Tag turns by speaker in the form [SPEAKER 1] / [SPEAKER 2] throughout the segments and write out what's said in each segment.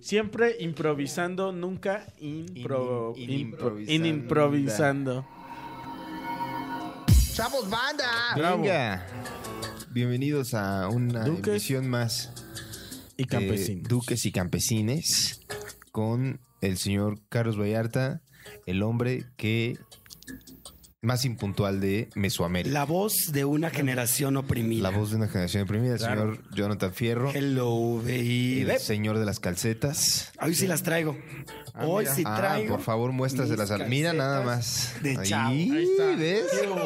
[SPEAKER 1] Siempre improvisando, nunca impro-
[SPEAKER 2] In- in-
[SPEAKER 1] in-
[SPEAKER 2] improvisando.
[SPEAKER 1] in- improvisando.
[SPEAKER 3] ¡Chavos, banda!
[SPEAKER 1] Bravo.
[SPEAKER 2] Venga. Bienvenidos a una
[SPEAKER 1] Duques
[SPEAKER 2] emisión más
[SPEAKER 1] Y
[SPEAKER 2] de
[SPEAKER 1] campesino.
[SPEAKER 2] Duques y Campesines con el señor Carlos Vallarta, el hombre que más impuntual de Mesoamérica.
[SPEAKER 4] La voz de una generación oprimida.
[SPEAKER 2] La voz de una generación oprimida, el
[SPEAKER 1] Claro.
[SPEAKER 2] señor Jonathan Fierro,
[SPEAKER 4] Hello, baby.
[SPEAKER 2] el señor de las calcetas.
[SPEAKER 4] Hoy sí las traigo.
[SPEAKER 2] Ah,
[SPEAKER 4] Hoy
[SPEAKER 2] mira.
[SPEAKER 4] sí
[SPEAKER 2] Ah,
[SPEAKER 4] traigo.
[SPEAKER 2] por favor, muestras de
[SPEAKER 4] mis
[SPEAKER 2] las Mira nada
[SPEAKER 4] calcetas
[SPEAKER 2] más.
[SPEAKER 4] de chavo.
[SPEAKER 1] Ahí está.
[SPEAKER 2] ¿Ves?
[SPEAKER 1] Sí, hubo.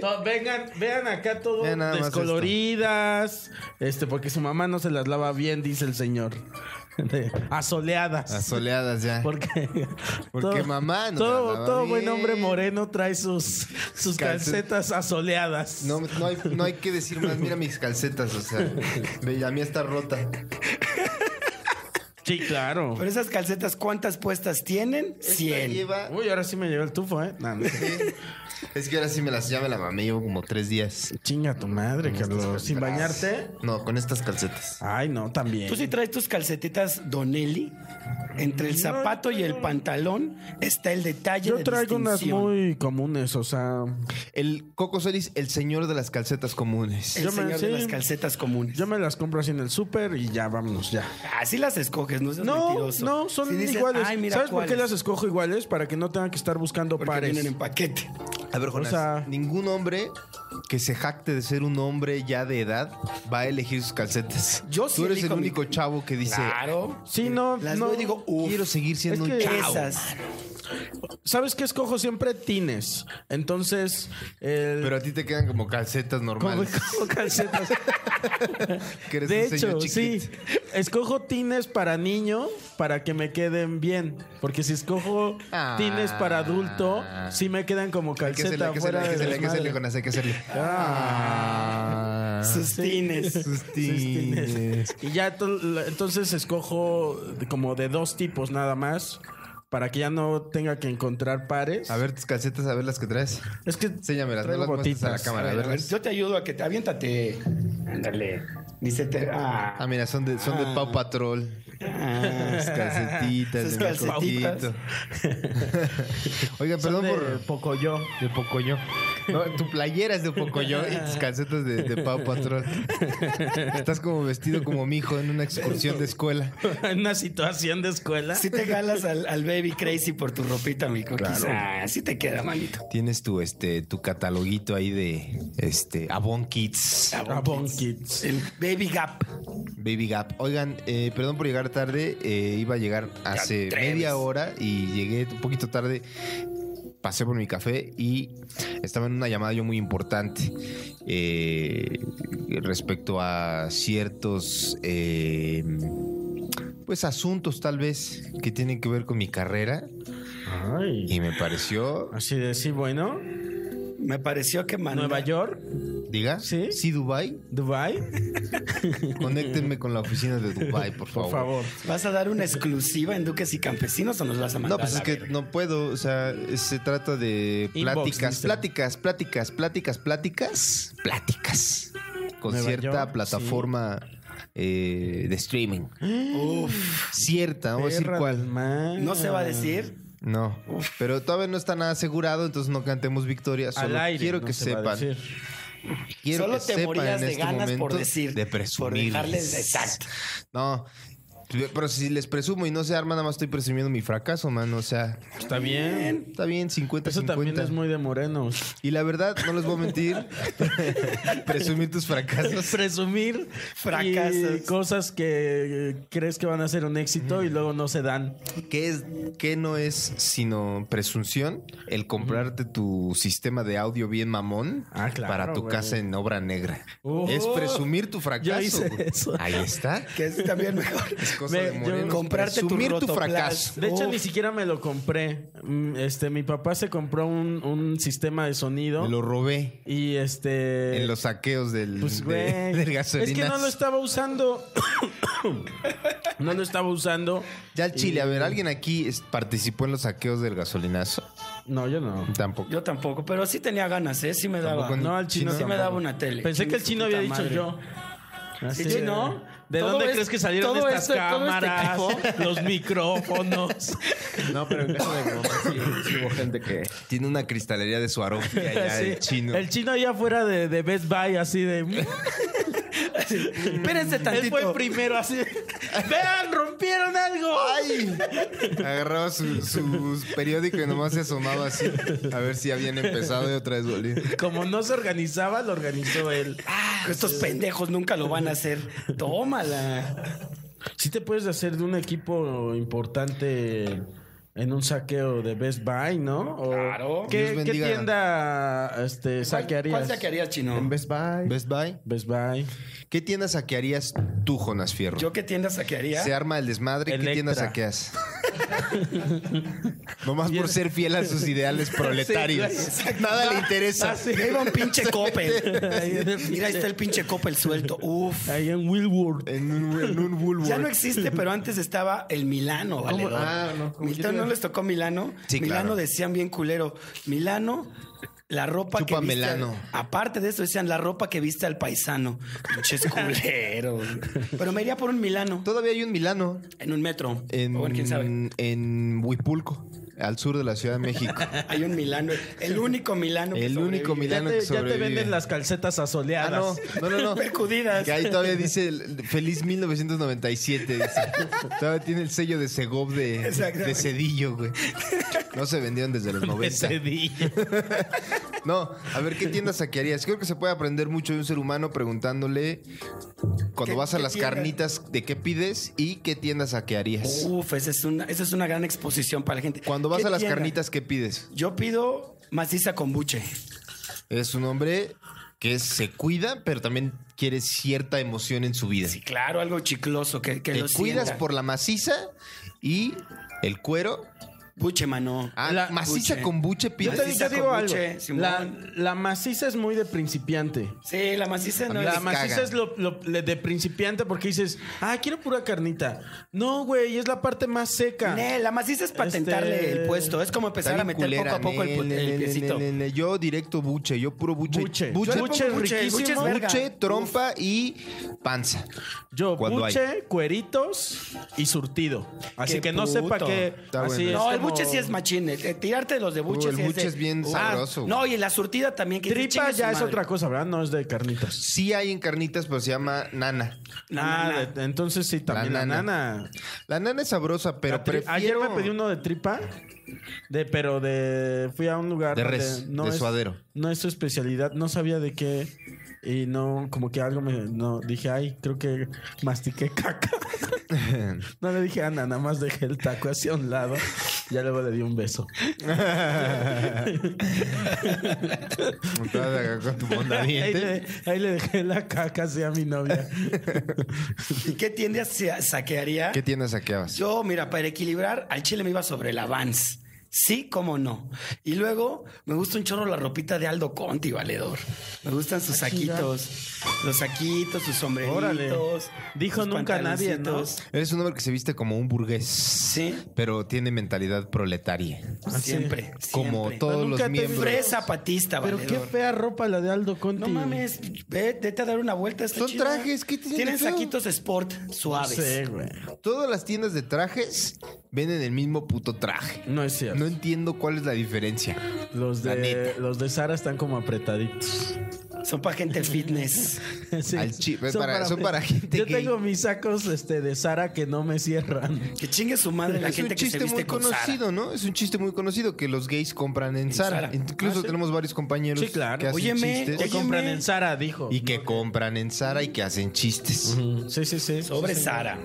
[SPEAKER 1] To- Vengan, vean acá todo
[SPEAKER 2] Vean nada más
[SPEAKER 1] descoloridas, este, porque su mamá no se las lava bien, dice el señor. Asoleadas.
[SPEAKER 2] Asoleadas ya.
[SPEAKER 1] Porque,
[SPEAKER 2] Porque mamá no las
[SPEAKER 1] todo,
[SPEAKER 2] lava
[SPEAKER 1] todo
[SPEAKER 2] bien.
[SPEAKER 1] buen hombre moreno trae sus, sus
[SPEAKER 2] Calcet-
[SPEAKER 1] calcetas asoleadas.
[SPEAKER 2] No, no hay, no hay que decir más. Mira mis calcetas, o sea. Ve, la mía está rota.
[SPEAKER 1] Sí, claro.
[SPEAKER 4] Pero esas calcetas, ¿cuántas puestas tienen?
[SPEAKER 2] Esta
[SPEAKER 4] 100.
[SPEAKER 2] lleva-
[SPEAKER 1] Uy, ahora sí me llegó el tufo, ¿eh? No, no.
[SPEAKER 2] Es que ahora sí me las ya me la mamé. Llevo como tres días.
[SPEAKER 1] Chinga tu madre, Carlos. Sin bañarte.
[SPEAKER 2] No, con estas calcetas.
[SPEAKER 1] Ay, no, también.
[SPEAKER 4] Tú sí traes tus calcetitas Donelli. Entre el zapato y el pantalón está el detalle
[SPEAKER 1] Yo
[SPEAKER 4] de
[SPEAKER 1] traigo unas
[SPEAKER 4] distinción.
[SPEAKER 1] muy comunes, o sea.
[SPEAKER 2] El Coco Celis, el señor de las calcetas comunes.
[SPEAKER 4] El
[SPEAKER 1] yo me-
[SPEAKER 4] señor de
[SPEAKER 1] sí.
[SPEAKER 4] las calcetas comunes.
[SPEAKER 1] Yo me las compro así en el súper y ya, vámonos, ya.
[SPEAKER 4] Así las escoges, no seas
[SPEAKER 1] No,
[SPEAKER 4] mentiroso.
[SPEAKER 1] no, son
[SPEAKER 4] Si dices,
[SPEAKER 1] iguales.
[SPEAKER 4] "Ay, mira
[SPEAKER 1] ¿Sabes por qué
[SPEAKER 4] cuáles".
[SPEAKER 1] las escojo iguales? Para que no tengan que estar buscando
[SPEAKER 4] Porque
[SPEAKER 1] pares.
[SPEAKER 4] vienen en paquete.
[SPEAKER 2] A ver,
[SPEAKER 1] Jonas, sea-
[SPEAKER 2] ningún hombre que se jacte de ser un hombre ya de edad va a elegir sus calcetas.
[SPEAKER 4] Yo sí
[SPEAKER 2] Tú eres el
[SPEAKER 4] elijo mi-
[SPEAKER 2] único chavo que dice,
[SPEAKER 4] Claro.
[SPEAKER 1] Sí, no,
[SPEAKER 4] Las
[SPEAKER 1] no.
[SPEAKER 4] veo y digo, uff.
[SPEAKER 2] quiero seguir siendo
[SPEAKER 1] Es
[SPEAKER 2] un
[SPEAKER 1] que-
[SPEAKER 2] chavo.
[SPEAKER 4] Esas.
[SPEAKER 1] ¿Sabes qué escojo siempre? Tines. Entonces, el-
[SPEAKER 2] Pero a ti te quedan como calcetas
[SPEAKER 1] como,
[SPEAKER 2] normales.
[SPEAKER 1] como calcetas.
[SPEAKER 2] Que eres
[SPEAKER 1] De
[SPEAKER 2] un señor
[SPEAKER 1] hecho, sí.
[SPEAKER 2] chiquito.
[SPEAKER 1] Escojo tines para niño para que me queden bien. Porque si escojo
[SPEAKER 2] Ah.
[SPEAKER 1] tines para adulto, sí me quedan como
[SPEAKER 2] Hay que hacerle,
[SPEAKER 1] calceta
[SPEAKER 2] hay que
[SPEAKER 1] fuera
[SPEAKER 2] hacerle, hay que hacerle,
[SPEAKER 1] de
[SPEAKER 2] hay que hacerle,
[SPEAKER 1] desmadre.
[SPEAKER 2] Jonas, hay que hacerle. Ah.
[SPEAKER 4] Sus tines.
[SPEAKER 2] Sus
[SPEAKER 1] Sus
[SPEAKER 2] tines.
[SPEAKER 1] tines. Y ya to- la- entonces escojo de- como de dos tipos nada más. Para que ya no tenga que encontrar pares.
[SPEAKER 2] A ver tus calcetas, a ver las que traes.
[SPEAKER 1] es que.
[SPEAKER 2] Enséñamelas, no
[SPEAKER 1] traigo
[SPEAKER 2] las muestres a la
[SPEAKER 1] botitas.
[SPEAKER 2] cámara. A
[SPEAKER 4] A ver,
[SPEAKER 2] verlas.
[SPEAKER 4] yo te ayudo a que te aviéntate. Ándale. Dice te. Ah,
[SPEAKER 2] Ah, mira, son de, son de Pau Patrol.
[SPEAKER 4] ah.
[SPEAKER 2] Sus calcetitas,
[SPEAKER 4] Sus
[SPEAKER 2] de mi
[SPEAKER 4] calcetitas.
[SPEAKER 2] coquito. Oigan,
[SPEAKER 1] Son
[SPEAKER 2] perdón
[SPEAKER 1] de
[SPEAKER 2] por.
[SPEAKER 1] Pocoyo.
[SPEAKER 2] De Pocoyo. No, tu playera es de Pocoyo y tus calcetas de, de Pau Patrol. Estás como vestido como mi hijo en una excursión de escuela.
[SPEAKER 1] En una situación de escuela.
[SPEAKER 4] Si te galas al, al baby crazy por tu ropita, mi coquis. Ah, sí te queda, manito.
[SPEAKER 2] Tienes tu este tu cataloguito ahí de este Avon Kids,
[SPEAKER 1] Avon Kids.
[SPEAKER 4] El baby gap.
[SPEAKER 2] Baby Gap. Oigan, eh, perdón por llegar tarde. eh, iba a llegar hace
[SPEAKER 4] atreves.
[SPEAKER 2] media hora y llegué un poquito tarde. Pasé por mi café y estaba en una llamada yo muy importante eh, respecto a ciertos eh, pues asuntos tal vez que tienen que ver con mi carrera
[SPEAKER 1] Ay.
[SPEAKER 2] y me pareció
[SPEAKER 1] Así de sí, bueno.
[SPEAKER 4] Me pareció que mandó.
[SPEAKER 1] Nueva York,
[SPEAKER 2] diga
[SPEAKER 1] Sí.
[SPEAKER 2] sí Dubai
[SPEAKER 1] Dubai,
[SPEAKER 2] Conéctenme con la oficina de Dubai, por favor.
[SPEAKER 1] por favor.
[SPEAKER 4] ¿Vas a dar una exclusiva en Duques y Campesinos o nos vas a
[SPEAKER 2] No,
[SPEAKER 4] mandar?
[SPEAKER 2] pues
[SPEAKER 4] a
[SPEAKER 2] es
[SPEAKER 4] la
[SPEAKER 2] que
[SPEAKER 4] verga?
[SPEAKER 2] no puedo, o sea, se trata de
[SPEAKER 1] Inbox,
[SPEAKER 2] pláticas,
[SPEAKER 1] dice.
[SPEAKER 2] pláticas, pláticas, pláticas, pláticas, pláticas. Con
[SPEAKER 1] Nueva
[SPEAKER 2] cierta
[SPEAKER 1] York,
[SPEAKER 2] plataforma eh, de streaming.
[SPEAKER 4] Uf,
[SPEAKER 2] Cierta, vamos a decir
[SPEAKER 1] Perra del
[SPEAKER 2] cuál.
[SPEAKER 1] mar.
[SPEAKER 4] no se va a decir.
[SPEAKER 2] No, pero todavía no está nada asegurado, entonces no cantemos victoria. Solo
[SPEAKER 1] Al aire.
[SPEAKER 2] quiero que
[SPEAKER 1] no se va a
[SPEAKER 2] sepan.
[SPEAKER 1] decir.
[SPEAKER 2] Quiero
[SPEAKER 4] Solo
[SPEAKER 2] que
[SPEAKER 4] te
[SPEAKER 2] sepan
[SPEAKER 4] morías
[SPEAKER 2] en
[SPEAKER 4] de
[SPEAKER 2] este
[SPEAKER 4] ganas por
[SPEAKER 2] momento
[SPEAKER 4] decir,
[SPEAKER 2] De
[SPEAKER 4] por
[SPEAKER 2] presumirles.
[SPEAKER 4] dejarles- exacto.
[SPEAKER 2] No. Pero si les presumo y no se arma, nada más estoy presumiendo mi fracaso, man. O sea,
[SPEAKER 1] Está bien.
[SPEAKER 2] Está bien, 50
[SPEAKER 1] Eso también
[SPEAKER 2] 50.
[SPEAKER 1] es muy de morenos.
[SPEAKER 2] Y la verdad, no les voy a mentir, presumir tus fracasos.
[SPEAKER 1] Presumir
[SPEAKER 4] Fracasos.
[SPEAKER 1] y cosas que eh, crees que van a ser un éxito y luego no se dan.
[SPEAKER 2] ¿Qué, es, ¿Qué no es sino presunción? El comprarte tu sistema de audio bien mamón
[SPEAKER 1] Ah, claro,
[SPEAKER 2] para tu
[SPEAKER 1] güey.
[SPEAKER 2] casa en obra negra.
[SPEAKER 1] Oh,
[SPEAKER 2] es presumir tu fracaso.
[SPEAKER 1] yo hice
[SPEAKER 2] güey.
[SPEAKER 1] eso.
[SPEAKER 2] Ahí está.
[SPEAKER 4] Que es también mejor.
[SPEAKER 2] Es cosa
[SPEAKER 1] Me-
[SPEAKER 2] de
[SPEAKER 1] yo-
[SPEAKER 2] morenos.
[SPEAKER 4] Comprarte tu
[SPEAKER 2] presumir tu
[SPEAKER 4] Rotoplas.
[SPEAKER 2] fracaso.
[SPEAKER 1] De hecho,
[SPEAKER 4] Uf.
[SPEAKER 1] ni siquiera me lo compré. Mm, Este, mi papá se compró un, un sistema de sonido
[SPEAKER 2] Me lo robé
[SPEAKER 1] y este.
[SPEAKER 2] en los saqueos del,
[SPEAKER 1] Pues,
[SPEAKER 2] de-
[SPEAKER 1] güey.
[SPEAKER 2] del
[SPEAKER 1] es que no
[SPEAKER 2] gasolinas.
[SPEAKER 1] lo estaba usando. no lo estaba usando.
[SPEAKER 2] Ya al Chile, a ver, ¿alguien aquí es- participó en los saqueos del gasolinazo?
[SPEAKER 1] No, yo no.
[SPEAKER 2] Tampoco.
[SPEAKER 4] Yo tampoco, pero sí tenía ganas, ¿eh? Sí me daba.
[SPEAKER 2] Tampoco,
[SPEAKER 1] No, al chino
[SPEAKER 4] sí me
[SPEAKER 1] tampoco.
[SPEAKER 4] daba una tele.
[SPEAKER 1] Pensé que el
[SPEAKER 4] Su
[SPEAKER 1] chino
[SPEAKER 4] puta
[SPEAKER 1] había dicho
[SPEAKER 4] madre.
[SPEAKER 1] yo. Así
[SPEAKER 4] Sí,
[SPEAKER 1] de-
[SPEAKER 4] ¿no?
[SPEAKER 3] ¿De
[SPEAKER 4] Todo
[SPEAKER 3] dónde
[SPEAKER 4] es-
[SPEAKER 3] crees que salieron
[SPEAKER 4] todo
[SPEAKER 3] estas
[SPEAKER 4] esto- todo este
[SPEAKER 3] cámaras,
[SPEAKER 4] equipo-
[SPEAKER 3] los micrófonos?
[SPEAKER 5] No, pero en caso de mi mamá sí, sí hubo gente que.
[SPEAKER 2] Tiene una cristalería de Swarovski allá,
[SPEAKER 1] Sí.
[SPEAKER 2] el chino.
[SPEAKER 1] El chino allá afuera de, de Best Buy, así de.
[SPEAKER 4] Espérense
[SPEAKER 1] Él
[SPEAKER 4] tantito.
[SPEAKER 1] fue el primero, así. de, ¡Vean, rompieron algo!
[SPEAKER 2] ¡Ay! Agarraba su, su periódico y nomás se asomaba así. A ver si habían empezado y otra vez volvía.
[SPEAKER 1] Como no se organizaba, lo organizó él.
[SPEAKER 4] Estos pendejos nunca lo van a hacer. Tómala.
[SPEAKER 1] Si te puedes hacer de un equipo importante en un saqueo de Best Buy, ¿no? O-
[SPEAKER 4] Claro.
[SPEAKER 1] ¿Qué,
[SPEAKER 2] Dios
[SPEAKER 1] qué
[SPEAKER 2] bendiga.
[SPEAKER 1] tienda este, saquearías?
[SPEAKER 4] ¿Cuál saquearías,
[SPEAKER 5] En
[SPEAKER 4] chino?
[SPEAKER 5] Best Buy.
[SPEAKER 2] ¿Best Buy?
[SPEAKER 1] Best Buy.
[SPEAKER 2] ¿Qué tienda saquearías tú, Jonas Fierro?
[SPEAKER 4] ¿Yo qué tienda saquearía?
[SPEAKER 2] Se arma el desmadre.
[SPEAKER 1] Electra.
[SPEAKER 2] ¿Qué tienda saqueas? Nomás por ser fiel a sus ideales proletarios. Nada le interesa.
[SPEAKER 4] Ya iba un pinche Coppel. Mira, ahí está el pinche Coppel suelto. Uf.
[SPEAKER 1] Ahí en Willwood.
[SPEAKER 2] En un, en un Woolworth.
[SPEAKER 4] Ya no existe, pero antes estaba el Milano, valedor.
[SPEAKER 5] Ah, no, ¿cómo
[SPEAKER 4] Milton,
[SPEAKER 5] que-
[SPEAKER 4] ¿No les tocó Milano?
[SPEAKER 2] Sí, claro.
[SPEAKER 4] Milano decían bien culero. Milano, la ropa
[SPEAKER 2] Chupa
[SPEAKER 4] que viste...
[SPEAKER 2] melano.
[SPEAKER 4] Aparte de eso, decían la ropa que viste al paisano. Pinches culeros. pero me iría por un Milano,
[SPEAKER 2] Todavía hay un Milano
[SPEAKER 4] en un metro.
[SPEAKER 2] en,
[SPEAKER 4] O bueno, quién sabe.
[SPEAKER 2] en Huipulco, al sur de la Ciudad de México.
[SPEAKER 4] Hay un Milano. El único Milano. que
[SPEAKER 2] El único
[SPEAKER 4] sobrevive.
[SPEAKER 1] Ya
[SPEAKER 2] Milano
[SPEAKER 1] te,
[SPEAKER 2] que
[SPEAKER 1] ya te
[SPEAKER 2] sobrevive.
[SPEAKER 1] venden las calcetas
[SPEAKER 2] Ah, no,
[SPEAKER 1] asoleadas.
[SPEAKER 2] no, no, no.
[SPEAKER 4] Percudidas.
[SPEAKER 2] Que ahí todavía dice el- feliz 1997. dice. Todavía tiene el sello de Segov de,
[SPEAKER 4] Exactamente.
[SPEAKER 2] de Cedillo, güey. No se vendieron desde los 90.
[SPEAKER 1] Ese día.
[SPEAKER 2] No, a ver, ¿qué tienda saquearías? Creo que se puede aprender mucho de un ser humano preguntándole cuando
[SPEAKER 4] ¿Qué-
[SPEAKER 2] vas a
[SPEAKER 4] qué
[SPEAKER 2] las
[SPEAKER 4] tienda?
[SPEAKER 2] carnitas de qué pides y qué tienda saquearías.
[SPEAKER 4] Uf, esa es, una, esa es una gran exposición para la gente.
[SPEAKER 2] Cuando vas
[SPEAKER 4] Uh, ¿Qué
[SPEAKER 2] a las
[SPEAKER 4] tienda?
[SPEAKER 2] carnitas, ¿qué pides?
[SPEAKER 4] Yo pido maciza con buche.
[SPEAKER 2] Es un hombre que se cuida, pero también quiere cierta emoción en su vida.
[SPEAKER 4] Sí, claro, algo chicloso que, que
[SPEAKER 2] Te
[SPEAKER 4] lo
[SPEAKER 2] cuidas
[SPEAKER 4] sienta.
[SPEAKER 2] por la maciza y el cuero.
[SPEAKER 4] buche, mano.
[SPEAKER 2] Ah,
[SPEAKER 1] La-
[SPEAKER 2] maciza
[SPEAKER 4] buche.
[SPEAKER 2] con buche
[SPEAKER 1] Yo
[SPEAKER 2] pides.
[SPEAKER 1] te, yo
[SPEAKER 4] Maciza
[SPEAKER 1] te digo
[SPEAKER 4] con
[SPEAKER 1] algo.
[SPEAKER 4] buche, eh, Simón.
[SPEAKER 1] La, la maciza es muy de principiante.
[SPEAKER 4] Sí, la maciza no
[SPEAKER 2] mí
[SPEAKER 4] es.
[SPEAKER 1] La
[SPEAKER 2] les
[SPEAKER 1] maciza
[SPEAKER 2] caga.
[SPEAKER 1] es lo, lo- le- de principiante porque dices, ah, quiero pura carnita. No, güey, es la parte más seca.
[SPEAKER 4] Ne, la maciza es patentarle
[SPEAKER 1] Este-
[SPEAKER 4] el puesto. Es como empezar a
[SPEAKER 2] Está bien
[SPEAKER 4] meter
[SPEAKER 2] culera,
[SPEAKER 4] poco a poco el, pu-
[SPEAKER 2] ne,
[SPEAKER 4] el
[SPEAKER 2] ne, ne,
[SPEAKER 4] piecito.
[SPEAKER 2] ne, ne, Yo directo buche, yo puro buche.
[SPEAKER 1] Buche.
[SPEAKER 2] buche,
[SPEAKER 1] Yo le
[SPEAKER 2] buche,
[SPEAKER 1] pongo buche,
[SPEAKER 4] buche es
[SPEAKER 1] riquísimo.
[SPEAKER 4] verga.
[SPEAKER 2] buche, trompa y panza.
[SPEAKER 1] Yo,
[SPEAKER 2] Cuando hay.
[SPEAKER 1] buche, cueritos y surtido. Así
[SPEAKER 4] Qué
[SPEAKER 1] que no sepa
[SPEAKER 4] puto.
[SPEAKER 1] que.
[SPEAKER 2] Está
[SPEAKER 1] así
[SPEAKER 2] bueno.
[SPEAKER 1] es
[SPEAKER 4] No, el
[SPEAKER 1] como
[SPEAKER 4] buche sí es machín. eh, eh, Tirarte los de buche.
[SPEAKER 2] Uh, el
[SPEAKER 4] sí
[SPEAKER 2] buche
[SPEAKER 4] de-
[SPEAKER 2] es bien sabroso, güey.
[SPEAKER 4] No, y la surtida también. Que dices,
[SPEAKER 1] Tripa
[SPEAKER 4] "Chingue su
[SPEAKER 1] ya es
[SPEAKER 4] madre".
[SPEAKER 1] otra cosa, ¿verdad? No es de carnitas.
[SPEAKER 2] Sí hay en carnitas, pero se llama nana.
[SPEAKER 4] La
[SPEAKER 1] Ah,
[SPEAKER 4] nana.
[SPEAKER 1] de- entonces sí, también la
[SPEAKER 2] nana.
[SPEAKER 1] nana.
[SPEAKER 2] La nana es sabrosa, pero
[SPEAKER 1] La tri-
[SPEAKER 2] prefiero...
[SPEAKER 1] Ayer me pedí uno de tripa, de, pero de fui a un lugar
[SPEAKER 2] De
[SPEAKER 1] donde
[SPEAKER 2] res, de suadero.
[SPEAKER 1] No es su especialidad, no sabía de qué y no, como que algo me no dije, ay, creo que mastiqué caca. no le dije a Ana, nada más dejé el taco hacia un lado, ya luego le di un beso.
[SPEAKER 2] Montada acá con tu
[SPEAKER 1] Ahí
[SPEAKER 2] mondadiente.
[SPEAKER 1] le, ahí le dejé la caca hacia mi novia.
[SPEAKER 4] ¿Y qué tiendas se- saquearía?
[SPEAKER 2] ¿Qué tienda saqueabas?
[SPEAKER 4] Yo, mira, para equilibrar, al chile me iba sobre la Vans. Sí, cómo no. Y luego me gusta un chorro la ropita de Aldo Conti, valedor. Me gustan sus saquitos. Los saquitos, sus sombreritos.
[SPEAKER 1] Órale. Dijo
[SPEAKER 4] sus
[SPEAKER 1] nunca nadie, ¿no?
[SPEAKER 4] pantaloncitos.
[SPEAKER 2] Eres un hombre que se viste como un burgués. Sí. Pero tiene mentalidad proletaria.
[SPEAKER 4] Siempre,
[SPEAKER 2] Como
[SPEAKER 4] siempre.
[SPEAKER 2] todos
[SPEAKER 1] Pero Ah, nunca
[SPEAKER 2] los
[SPEAKER 1] te
[SPEAKER 2] miembros.
[SPEAKER 4] Fres zapatista,
[SPEAKER 1] Pero
[SPEAKER 4] valedor.
[SPEAKER 1] qué fea ropa la de Aldo Conti.
[SPEAKER 4] No mames, ve- vete a dar una vuelta. está
[SPEAKER 2] Son
[SPEAKER 4] chida.
[SPEAKER 2] trajes, ¿qué tiene de
[SPEAKER 4] Tienen
[SPEAKER 2] feo?
[SPEAKER 4] saquitos sport
[SPEAKER 1] No
[SPEAKER 4] suaves.
[SPEAKER 1] sé, güey.
[SPEAKER 2] Todas las tiendas de trajes venden el mismo puto traje.
[SPEAKER 1] No es cierto.
[SPEAKER 2] No entiendo cuál es la diferencia.
[SPEAKER 1] Los
[SPEAKER 2] La
[SPEAKER 1] de,
[SPEAKER 2] neta.
[SPEAKER 1] los de Sara están como apretaditos.
[SPEAKER 4] Son para gente fitness.
[SPEAKER 1] Sí,
[SPEAKER 2] Al chi- para- son para gente
[SPEAKER 1] Yo
[SPEAKER 2] gay.
[SPEAKER 1] tengo mis sacos este, de Sara que no me cierran.
[SPEAKER 4] Que chingue su madre la
[SPEAKER 2] es
[SPEAKER 4] gente
[SPEAKER 2] un
[SPEAKER 4] que se
[SPEAKER 2] chiste
[SPEAKER 4] viste
[SPEAKER 2] muy
[SPEAKER 4] con Zara.
[SPEAKER 2] conocido, ¿no? Es un chiste muy conocido que los gays compran en Zara.
[SPEAKER 4] Zara.
[SPEAKER 2] Incluso tenemos varios compañeros
[SPEAKER 1] Sí, claro.
[SPEAKER 2] que hacen
[SPEAKER 4] Óyeme,
[SPEAKER 2] chistes.
[SPEAKER 1] Que
[SPEAKER 4] Óyeme.
[SPEAKER 1] compran en Sara, dijo.
[SPEAKER 2] Y que compran en Zara y que hacen chistes.
[SPEAKER 1] Mm, Sí, sí, sí.
[SPEAKER 4] Sobre
[SPEAKER 1] Sí, sí.
[SPEAKER 4] Sara.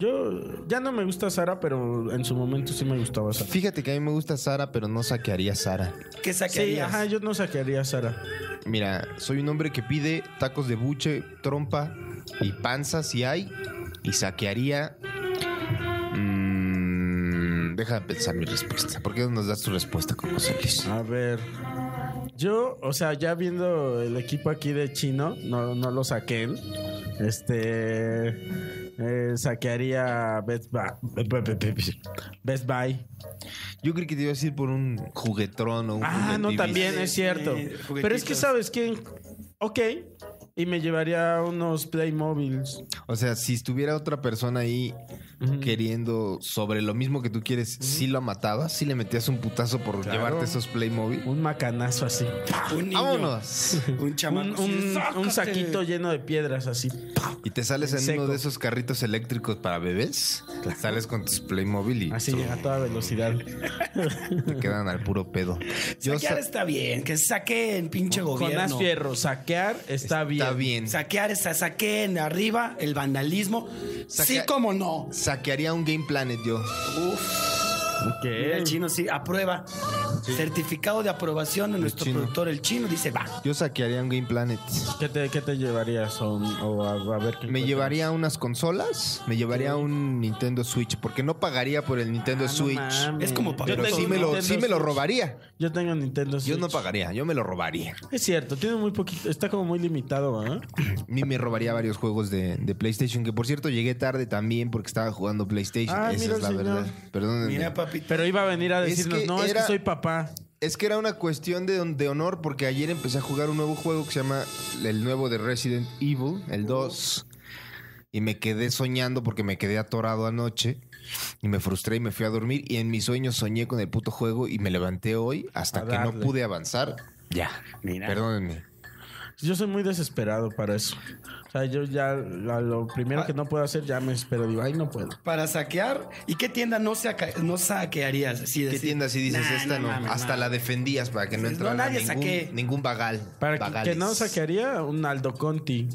[SPEAKER 1] Yo ya no me gusta Sara, pero en su momento sí me gustaba Sara.
[SPEAKER 2] Fíjate que a mí me gusta Sara, pero no saquearía Sara.
[SPEAKER 4] ¿Qué
[SPEAKER 1] Sí,
[SPEAKER 4] saquearías?
[SPEAKER 1] ajá, yo no sacaría a Sara.
[SPEAKER 2] Mira, soy un hombre que pide tacos de buche, trompa y panza si hay. Y saquearía. mm, deja de pensar mi respuesta. ¿Por qué no nos das tu respuesta como Celis?
[SPEAKER 1] A ver. Yo, o sea, ya viendo el equipo aquí de chino, no, no lo saquen. Este. eh, saquearía Best Buy. Best Buy.
[SPEAKER 2] Yo creí que te iba a decir por un juguetrón o un
[SPEAKER 1] Ah, no,
[SPEAKER 2] juguetivis.
[SPEAKER 1] también es cierto.
[SPEAKER 4] Eh, juguetitos.
[SPEAKER 1] Pero es que sabes quién. Ok, Y me llevaría unos Playmobiles.
[SPEAKER 2] O sea, si estuviera otra persona ahí queriendo sobre lo mismo que tú quieres, si lo matabas, si le metías un putazo por llevarte esos Playmobil.
[SPEAKER 1] Un macanazo así.
[SPEAKER 4] Un niño,
[SPEAKER 2] ¡Vámonos!
[SPEAKER 4] un
[SPEAKER 1] Un,
[SPEAKER 4] chamaco.
[SPEAKER 1] un-
[SPEAKER 4] sí,
[SPEAKER 1] un
[SPEAKER 4] ¡sácate!
[SPEAKER 1] saquito lleno de piedras así. ¡pah!
[SPEAKER 2] Y te sales en
[SPEAKER 1] Seco.
[SPEAKER 2] uno de esos carritos eléctricos para bebés. Sales con tus Playmobil y
[SPEAKER 1] Así
[SPEAKER 2] tú,
[SPEAKER 1] a toda velocidad.
[SPEAKER 2] te quedan al puro pedo. Yo
[SPEAKER 4] Saquear
[SPEAKER 2] sa-
[SPEAKER 4] está bien, que saquen pinche
[SPEAKER 1] Con
[SPEAKER 4] gobierno.
[SPEAKER 1] Fierro, saquear está bien.
[SPEAKER 2] está bien.
[SPEAKER 4] Saquear está, saquen arriba el vandalismo. Sí,
[SPEAKER 2] Saquea-
[SPEAKER 4] como no.
[SPEAKER 2] Saquearía un Game Planet yo.
[SPEAKER 4] Uf,
[SPEAKER 1] Ok.
[SPEAKER 4] mira, el chino sí, aprueba. Certificado de aprobación de nuestro
[SPEAKER 2] chino.
[SPEAKER 4] productor, el chino, dice va.
[SPEAKER 2] Yo saquearía un Game Planet.
[SPEAKER 1] ¿Qué te, qué te llevarías? O, o a, a ver qué
[SPEAKER 2] Me
[SPEAKER 1] encuentras?
[SPEAKER 2] llevaría unas consolas, me llevaría un Nintendo Switch, porque no pagaría por el Nintendo
[SPEAKER 1] Ah, no
[SPEAKER 2] Switch.
[SPEAKER 1] mames.
[SPEAKER 4] Es como
[SPEAKER 1] Yo
[SPEAKER 2] pero
[SPEAKER 1] tengo
[SPEAKER 2] sí
[SPEAKER 1] un
[SPEAKER 2] me, lo,
[SPEAKER 1] Nintendo
[SPEAKER 2] sí me lo
[SPEAKER 1] Switch.
[SPEAKER 2] robaría.
[SPEAKER 1] Yo tengo un Nintendo Switch.
[SPEAKER 2] Yo no pagaría, yo me lo robaría.
[SPEAKER 1] Es cierto, tiene muy poquito. Está como muy limitado, ¿ah? ¿verdad?
[SPEAKER 2] Ni me robaría varios juegos de, de PlayStation, que por cierto llegué tarde también porque estaba jugando PlayStation.
[SPEAKER 1] Ah,
[SPEAKER 2] Esa
[SPEAKER 1] mira
[SPEAKER 2] es la
[SPEAKER 1] el señor.
[SPEAKER 2] verdad. Perdónenme.
[SPEAKER 4] Mira, papito.
[SPEAKER 1] Pero iba a venir a
[SPEAKER 2] Es
[SPEAKER 1] decirnos,
[SPEAKER 2] que
[SPEAKER 1] no, es
[SPEAKER 2] era-
[SPEAKER 1] que soy papá.
[SPEAKER 2] Es que era una cuestión de, de honor porque ayer empecé a jugar un nuevo juego que se llama el nuevo de Resident Evil, el 2. Y me quedé soñando porque me quedé atorado anoche. Y me frustré y me fui a dormir. Y en mis sueños soñé con el puto juego y me levanté hoy hasta
[SPEAKER 1] A
[SPEAKER 2] que no
[SPEAKER 1] darle.
[SPEAKER 2] pude avanzar. Ya.
[SPEAKER 4] Mira.
[SPEAKER 2] Perdónenme.
[SPEAKER 1] Yo soy muy desesperado para eso. O sea, yo ya la- lo primero que no puedo hacer ya me espero. Digo, ay, no puedo.
[SPEAKER 4] Para saquear, ¿y qué tienda no, saca- no saquearías? Así
[SPEAKER 2] ¿Qué
[SPEAKER 4] decir,
[SPEAKER 2] tienda si dices
[SPEAKER 4] "Nah,
[SPEAKER 2] esta no?
[SPEAKER 4] mames,
[SPEAKER 2] hasta
[SPEAKER 4] no".
[SPEAKER 2] la defendías para que no
[SPEAKER 4] No,
[SPEAKER 2] entrara
[SPEAKER 4] nadie
[SPEAKER 2] ningún,
[SPEAKER 4] saqué.
[SPEAKER 2] ningún vagal.
[SPEAKER 1] Para que- que,
[SPEAKER 2] vagales. Ah.
[SPEAKER 1] no saquearía un Aldo Conti.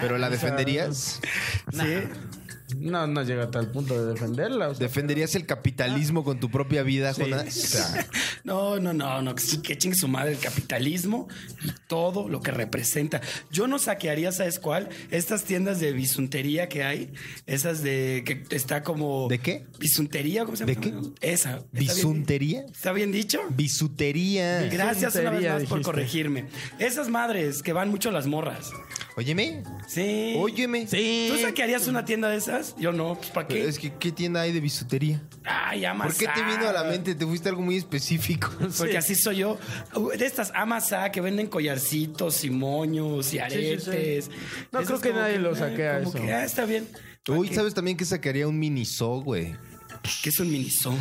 [SPEAKER 2] Pero la defenderías.
[SPEAKER 4] Sí.
[SPEAKER 1] No, no llega a tal punto de defenderla. o sea,
[SPEAKER 2] ¿Defenderías el capitalismo con tu propia vida, Jonás? O sea,
[SPEAKER 4] No, no, no, no, que sí, que chingue su madre el capitalismo y todo lo que representa. Yo no saquearía, ¿sabes cuál? Estas tiendas de bisuntería que hay, esas de que está como.
[SPEAKER 2] ¿De qué?
[SPEAKER 4] Bisuntería, ¿cómo se llama?
[SPEAKER 2] ¿De
[SPEAKER 4] Esa. ¿Está bien-
[SPEAKER 2] ¿Bisuntería?
[SPEAKER 4] ¿Está bien dicho?
[SPEAKER 2] Bisutería.
[SPEAKER 4] Gracias una vez
[SPEAKER 1] Bisuntería,
[SPEAKER 4] más por
[SPEAKER 1] dijiste.
[SPEAKER 4] corregirme. Esas madres que van mucho las morras.
[SPEAKER 2] Óyeme.
[SPEAKER 4] Sí.
[SPEAKER 2] Óyeme.
[SPEAKER 1] Sí.
[SPEAKER 4] ¿Tú saquearías una tienda de esas? Yo no, pues ¿para qué?
[SPEAKER 2] Pero Es que, ¿qué tienda hay de bisutería?
[SPEAKER 4] Ay, amas.
[SPEAKER 2] ¿Por qué te vino a la mente? Te fuiste a algo muy específico.
[SPEAKER 4] Porque así soy yo. De estas amasá que venden collarcitos y moños y
[SPEAKER 1] sí,
[SPEAKER 4] aretes.
[SPEAKER 1] sí. No,
[SPEAKER 4] Eso
[SPEAKER 1] creo
[SPEAKER 4] es
[SPEAKER 1] que
[SPEAKER 4] como
[SPEAKER 1] nadie lo saquea
[SPEAKER 4] como
[SPEAKER 1] eso.
[SPEAKER 4] que, ah, está bien.
[SPEAKER 2] Uy, ¿sabes también que sacaría un miniso, güey?
[SPEAKER 4] Que es un miniso.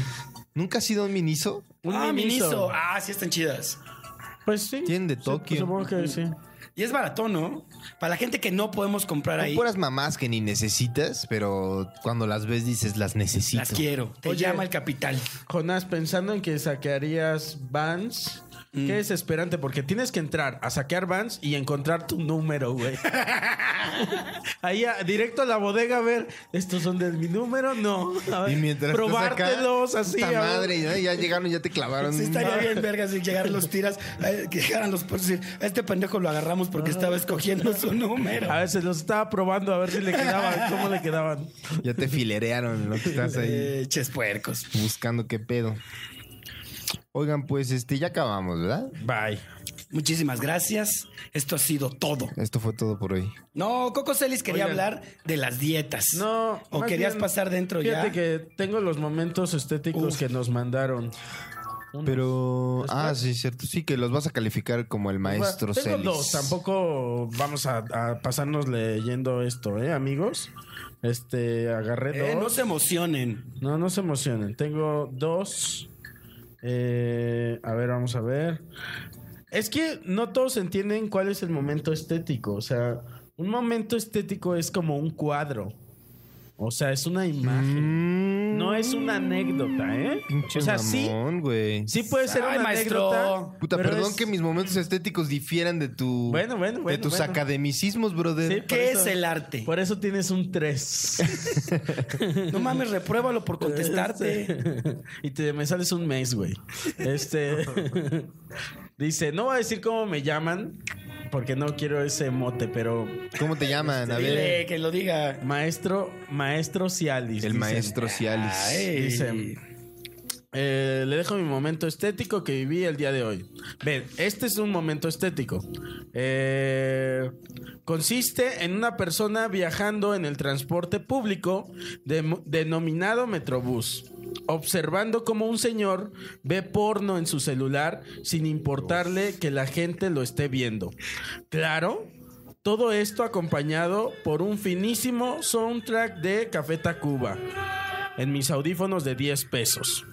[SPEAKER 2] ¿Nunca has sido un miniso?
[SPEAKER 1] un
[SPEAKER 4] ah,
[SPEAKER 1] miniso.
[SPEAKER 4] miniso. Ah, sí están chidas.
[SPEAKER 1] Pues sí.
[SPEAKER 2] Tienen de
[SPEAKER 1] Sí,
[SPEAKER 2] Tokio.
[SPEAKER 1] supongo que sí.
[SPEAKER 4] Y es barato, ¿no? Para la gente que no podemos comprar
[SPEAKER 2] Son
[SPEAKER 4] ahí.
[SPEAKER 2] puras mamás que ni necesitas, pero cuando las ves dices, las necesito.
[SPEAKER 4] Las quiero. Te
[SPEAKER 1] Oye.
[SPEAKER 4] llama el capital.
[SPEAKER 1] Jonás, pensando en que saquearías Vans,
[SPEAKER 2] Mm.
[SPEAKER 1] qué desesperante, porque tienes que entrar a saquear Vans y encontrar tu número, güey. Ahí a- directo a la bodega a ver, ¿estos son de mi número? No. A ver,
[SPEAKER 2] Y mientras estás
[SPEAKER 1] probártelos
[SPEAKER 2] acá,
[SPEAKER 1] así.
[SPEAKER 2] puta
[SPEAKER 1] a ver.
[SPEAKER 2] madre, ya, ya llegaron, ya te clavaron.
[SPEAKER 4] Sí, estaría bien, verga, si llegar los tiras, eh, que llegaran los puestos y decir, a este pendejo lo agarramos porque
[SPEAKER 1] Ah.
[SPEAKER 4] estaba escogiendo su número.
[SPEAKER 1] A veces los estaba probando a ver si le quedaban, cómo le quedaban.
[SPEAKER 2] Ya te filerearon, ¿no? Que Estás ahí
[SPEAKER 4] Eh, ches puercos.
[SPEAKER 2] buscando qué pedo. Oigan, pues este, ya acabamos, ¿verdad?
[SPEAKER 1] Bye.
[SPEAKER 4] Muchísimas gracias. Esto ha sido todo.
[SPEAKER 2] Esto fue todo por hoy.
[SPEAKER 4] No, Coco Celis quería
[SPEAKER 1] Oigan.
[SPEAKER 4] hablar de las dietas.
[SPEAKER 1] No.
[SPEAKER 4] ¿O
[SPEAKER 1] más
[SPEAKER 4] querías
[SPEAKER 1] bien,
[SPEAKER 4] pasar dentro
[SPEAKER 1] fíjate
[SPEAKER 4] ya?
[SPEAKER 1] que tengo los momentos estéticos
[SPEAKER 4] Uf.
[SPEAKER 1] que nos mandaron.
[SPEAKER 2] Pero. Ah, sí, cierto. Sí, que los vas a calificar como el maestro
[SPEAKER 1] Tengo
[SPEAKER 2] Celis.
[SPEAKER 1] dos, tampoco vamos a, a pasarnos leyendo esto, ¿eh, amigos? Este, agarré
[SPEAKER 4] Eh,
[SPEAKER 1] dos.
[SPEAKER 4] no se emocionen.
[SPEAKER 1] No, no se emocionen. Tengo dos. Eh, a ver, vamos a ver. Es que no todos entienden cuál es el momento estético. O sea, un momento estético es como un cuadro. O sea, es una imagen.
[SPEAKER 2] Mm,
[SPEAKER 1] No es una anécdota, ¿eh?
[SPEAKER 2] pinche
[SPEAKER 1] O sea, sí,
[SPEAKER 2] mamón, güey.
[SPEAKER 1] sí puede ser
[SPEAKER 4] Ay,
[SPEAKER 1] una
[SPEAKER 4] maestro.
[SPEAKER 1] anécdota.
[SPEAKER 2] Puta,
[SPEAKER 1] pero
[SPEAKER 2] perdón
[SPEAKER 1] es-
[SPEAKER 2] que mis momentos estéticos difieran de tu.
[SPEAKER 1] Bueno, bueno,
[SPEAKER 2] De
[SPEAKER 1] bueno,
[SPEAKER 2] tus
[SPEAKER 1] bueno.
[SPEAKER 2] academicismos,
[SPEAKER 1] Sí,
[SPEAKER 2] brother.
[SPEAKER 1] por
[SPEAKER 4] ¿Qué
[SPEAKER 1] eso-
[SPEAKER 4] es el arte?
[SPEAKER 1] Por eso tienes un 3.
[SPEAKER 4] No mames, repruébalo por contestarte.
[SPEAKER 1] Este, y te, me sales un mes, güey. Este. dice, no voy a decir cómo me llaman, porque no quiero ese mote, pero
[SPEAKER 2] ¿Cómo te llaman? A ver.
[SPEAKER 4] Dile que lo diga.
[SPEAKER 1] maestro, maestro Cialis.
[SPEAKER 2] El
[SPEAKER 1] dicen.
[SPEAKER 2] maestro Cialis.
[SPEAKER 4] Ay.
[SPEAKER 1] Dicen. Eh, le dejo mi momento estético que viví el día de hoy. Ven, este es un momento estético. Eh, consiste en una persona viajando en el transporte público dem- denominado Metrobús, observando cómo un señor ve porno en su celular sin importarle que la gente lo esté viendo. Claro, Todo esto acompañado por un finísimo soundtrack de Café Tacuba en mis audífonos de 10 pesos.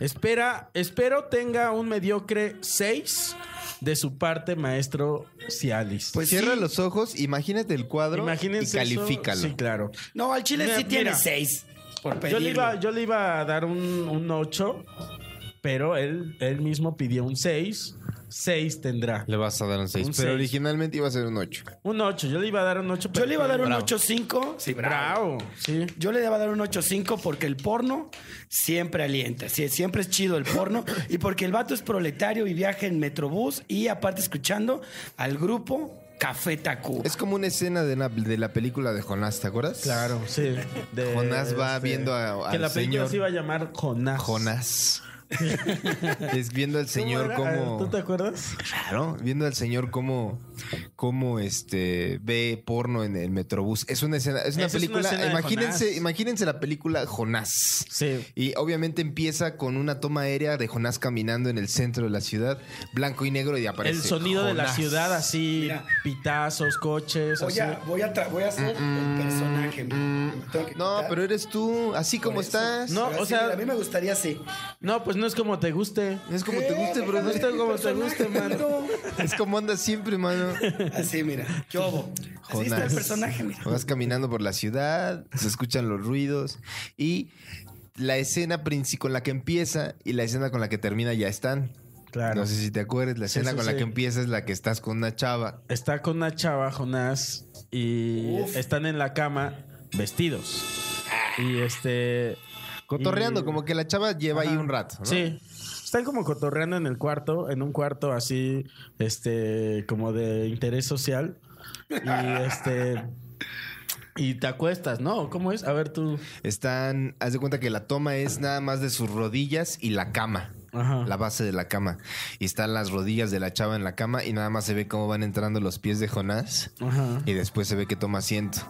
[SPEAKER 1] Espera, espero tenga un mediocre 6 de su parte, maestro Cialis.
[SPEAKER 4] Pues
[SPEAKER 2] Cierra
[SPEAKER 4] sí.
[SPEAKER 2] los ojos, imagínate el cuadro
[SPEAKER 1] Imagínense
[SPEAKER 2] y
[SPEAKER 1] eso.
[SPEAKER 2] califícalo.
[SPEAKER 1] Sí, claro.
[SPEAKER 4] No, al chile
[SPEAKER 1] Mira,
[SPEAKER 4] sí tiene
[SPEAKER 1] mira.
[SPEAKER 4] seis. Por
[SPEAKER 1] Yo le, iba,
[SPEAKER 4] pedirlo.
[SPEAKER 1] yo le iba a dar un, un 8, pero él, él mismo pidió un 6. 6 tendrá.
[SPEAKER 2] Le vas a dar un 6,
[SPEAKER 1] Un
[SPEAKER 2] pero
[SPEAKER 1] seis.
[SPEAKER 2] originalmente iba a ser un 8.
[SPEAKER 1] Un 8, yo le iba a dar un 8.
[SPEAKER 4] Yo le iba a dar un 8.5. Sí, bravo.
[SPEAKER 1] Bravo, sí.
[SPEAKER 4] Yo le iba a dar un 8.5 porque el porno siempre alienta. sí, Siempre es chido el porno. y porque el vato es proletario y viaja en Metrobús. Y aparte escuchando al grupo Café Tacuba.
[SPEAKER 2] Es como una escena de, la- de la película de Jonás, ¿te acuerdas?
[SPEAKER 1] Claro, sí. De, este,
[SPEAKER 2] Jonás va viendo a-
[SPEAKER 1] Que
[SPEAKER 2] al
[SPEAKER 1] la película
[SPEAKER 2] señor.
[SPEAKER 1] se iba a llamar Jonás.
[SPEAKER 2] Jonás. es viendo al
[SPEAKER 1] ¿Cómo
[SPEAKER 2] señor
[SPEAKER 1] era? Ah,
[SPEAKER 2] como...
[SPEAKER 1] ¿Tú te acuerdas?
[SPEAKER 2] Claro, viendo al señor cómo, cómo este, ve porno en el Metrobús. Es una escena, es una
[SPEAKER 1] Esa es una
[SPEAKER 2] película.
[SPEAKER 1] escena de
[SPEAKER 2] imagínense,
[SPEAKER 1] Jonás.
[SPEAKER 2] imagínense la película Jonás.
[SPEAKER 1] Sí.
[SPEAKER 2] Y obviamente empieza con una toma aérea de Jonás caminando en el centro de la ciudad, blanco y negro, y aparece.
[SPEAKER 1] El sonido de la
[SPEAKER 2] Jonás.
[SPEAKER 1] ciudad, así,
[SPEAKER 4] Mira.
[SPEAKER 1] pitazos, coches,
[SPEAKER 4] Voy
[SPEAKER 1] así.
[SPEAKER 4] a, voy a, tra- voy a hacer el personaje. mira. Tengo que
[SPEAKER 2] Mm, No,
[SPEAKER 4] quitar.
[SPEAKER 2] pero eres tú, así como
[SPEAKER 4] eso.
[SPEAKER 2] estás.
[SPEAKER 1] No.
[SPEAKER 4] Pero
[SPEAKER 1] o
[SPEAKER 4] así,
[SPEAKER 1] sea-
[SPEAKER 4] mira, A mí me gustaría así.
[SPEAKER 1] No, pues no es como te guste.
[SPEAKER 2] Es como te guste, pero no
[SPEAKER 1] Déjame
[SPEAKER 2] es
[SPEAKER 1] como te guste, mano.
[SPEAKER 2] es como andas siempre, mano.
[SPEAKER 4] Así, mira. ¿Qué hubo? Así está el personaje, mira.
[SPEAKER 2] Vas caminando por la ciudad, se escuchan los ruidos y la escena princi- con la que empieza y la escena con la que termina ya están.
[SPEAKER 1] Claro.
[SPEAKER 2] No sé si te acuerdas, la
[SPEAKER 1] Sí,
[SPEAKER 2] escena
[SPEAKER 1] sí,
[SPEAKER 2] con la
[SPEAKER 1] sí.
[SPEAKER 2] que empieza es la que estás con una chava.
[SPEAKER 1] Está con una chava, Jonás, y
[SPEAKER 4] Uf.
[SPEAKER 1] están en la cama vestidos. Y este.
[SPEAKER 2] Cotorreando,
[SPEAKER 1] y-
[SPEAKER 2] como que la chava lleva ahí
[SPEAKER 1] Ajá.
[SPEAKER 2] un rato. ¿no?
[SPEAKER 1] Sí. Están como cotorreando en el cuarto, en un cuarto así, este, como de interés social. Y este. Y te acuestas, ¿no? ¿Cómo es? A ver tú.
[SPEAKER 2] Están, haz de cuenta que la toma es nada más de sus rodillas y la cama.
[SPEAKER 1] Ajá.
[SPEAKER 2] La base de la cama. Y están las rodillas de la chava en la cama y nada más se ve cómo van entrando los pies de Jonás.
[SPEAKER 1] Ajá.
[SPEAKER 2] Y después se ve que toma asiento.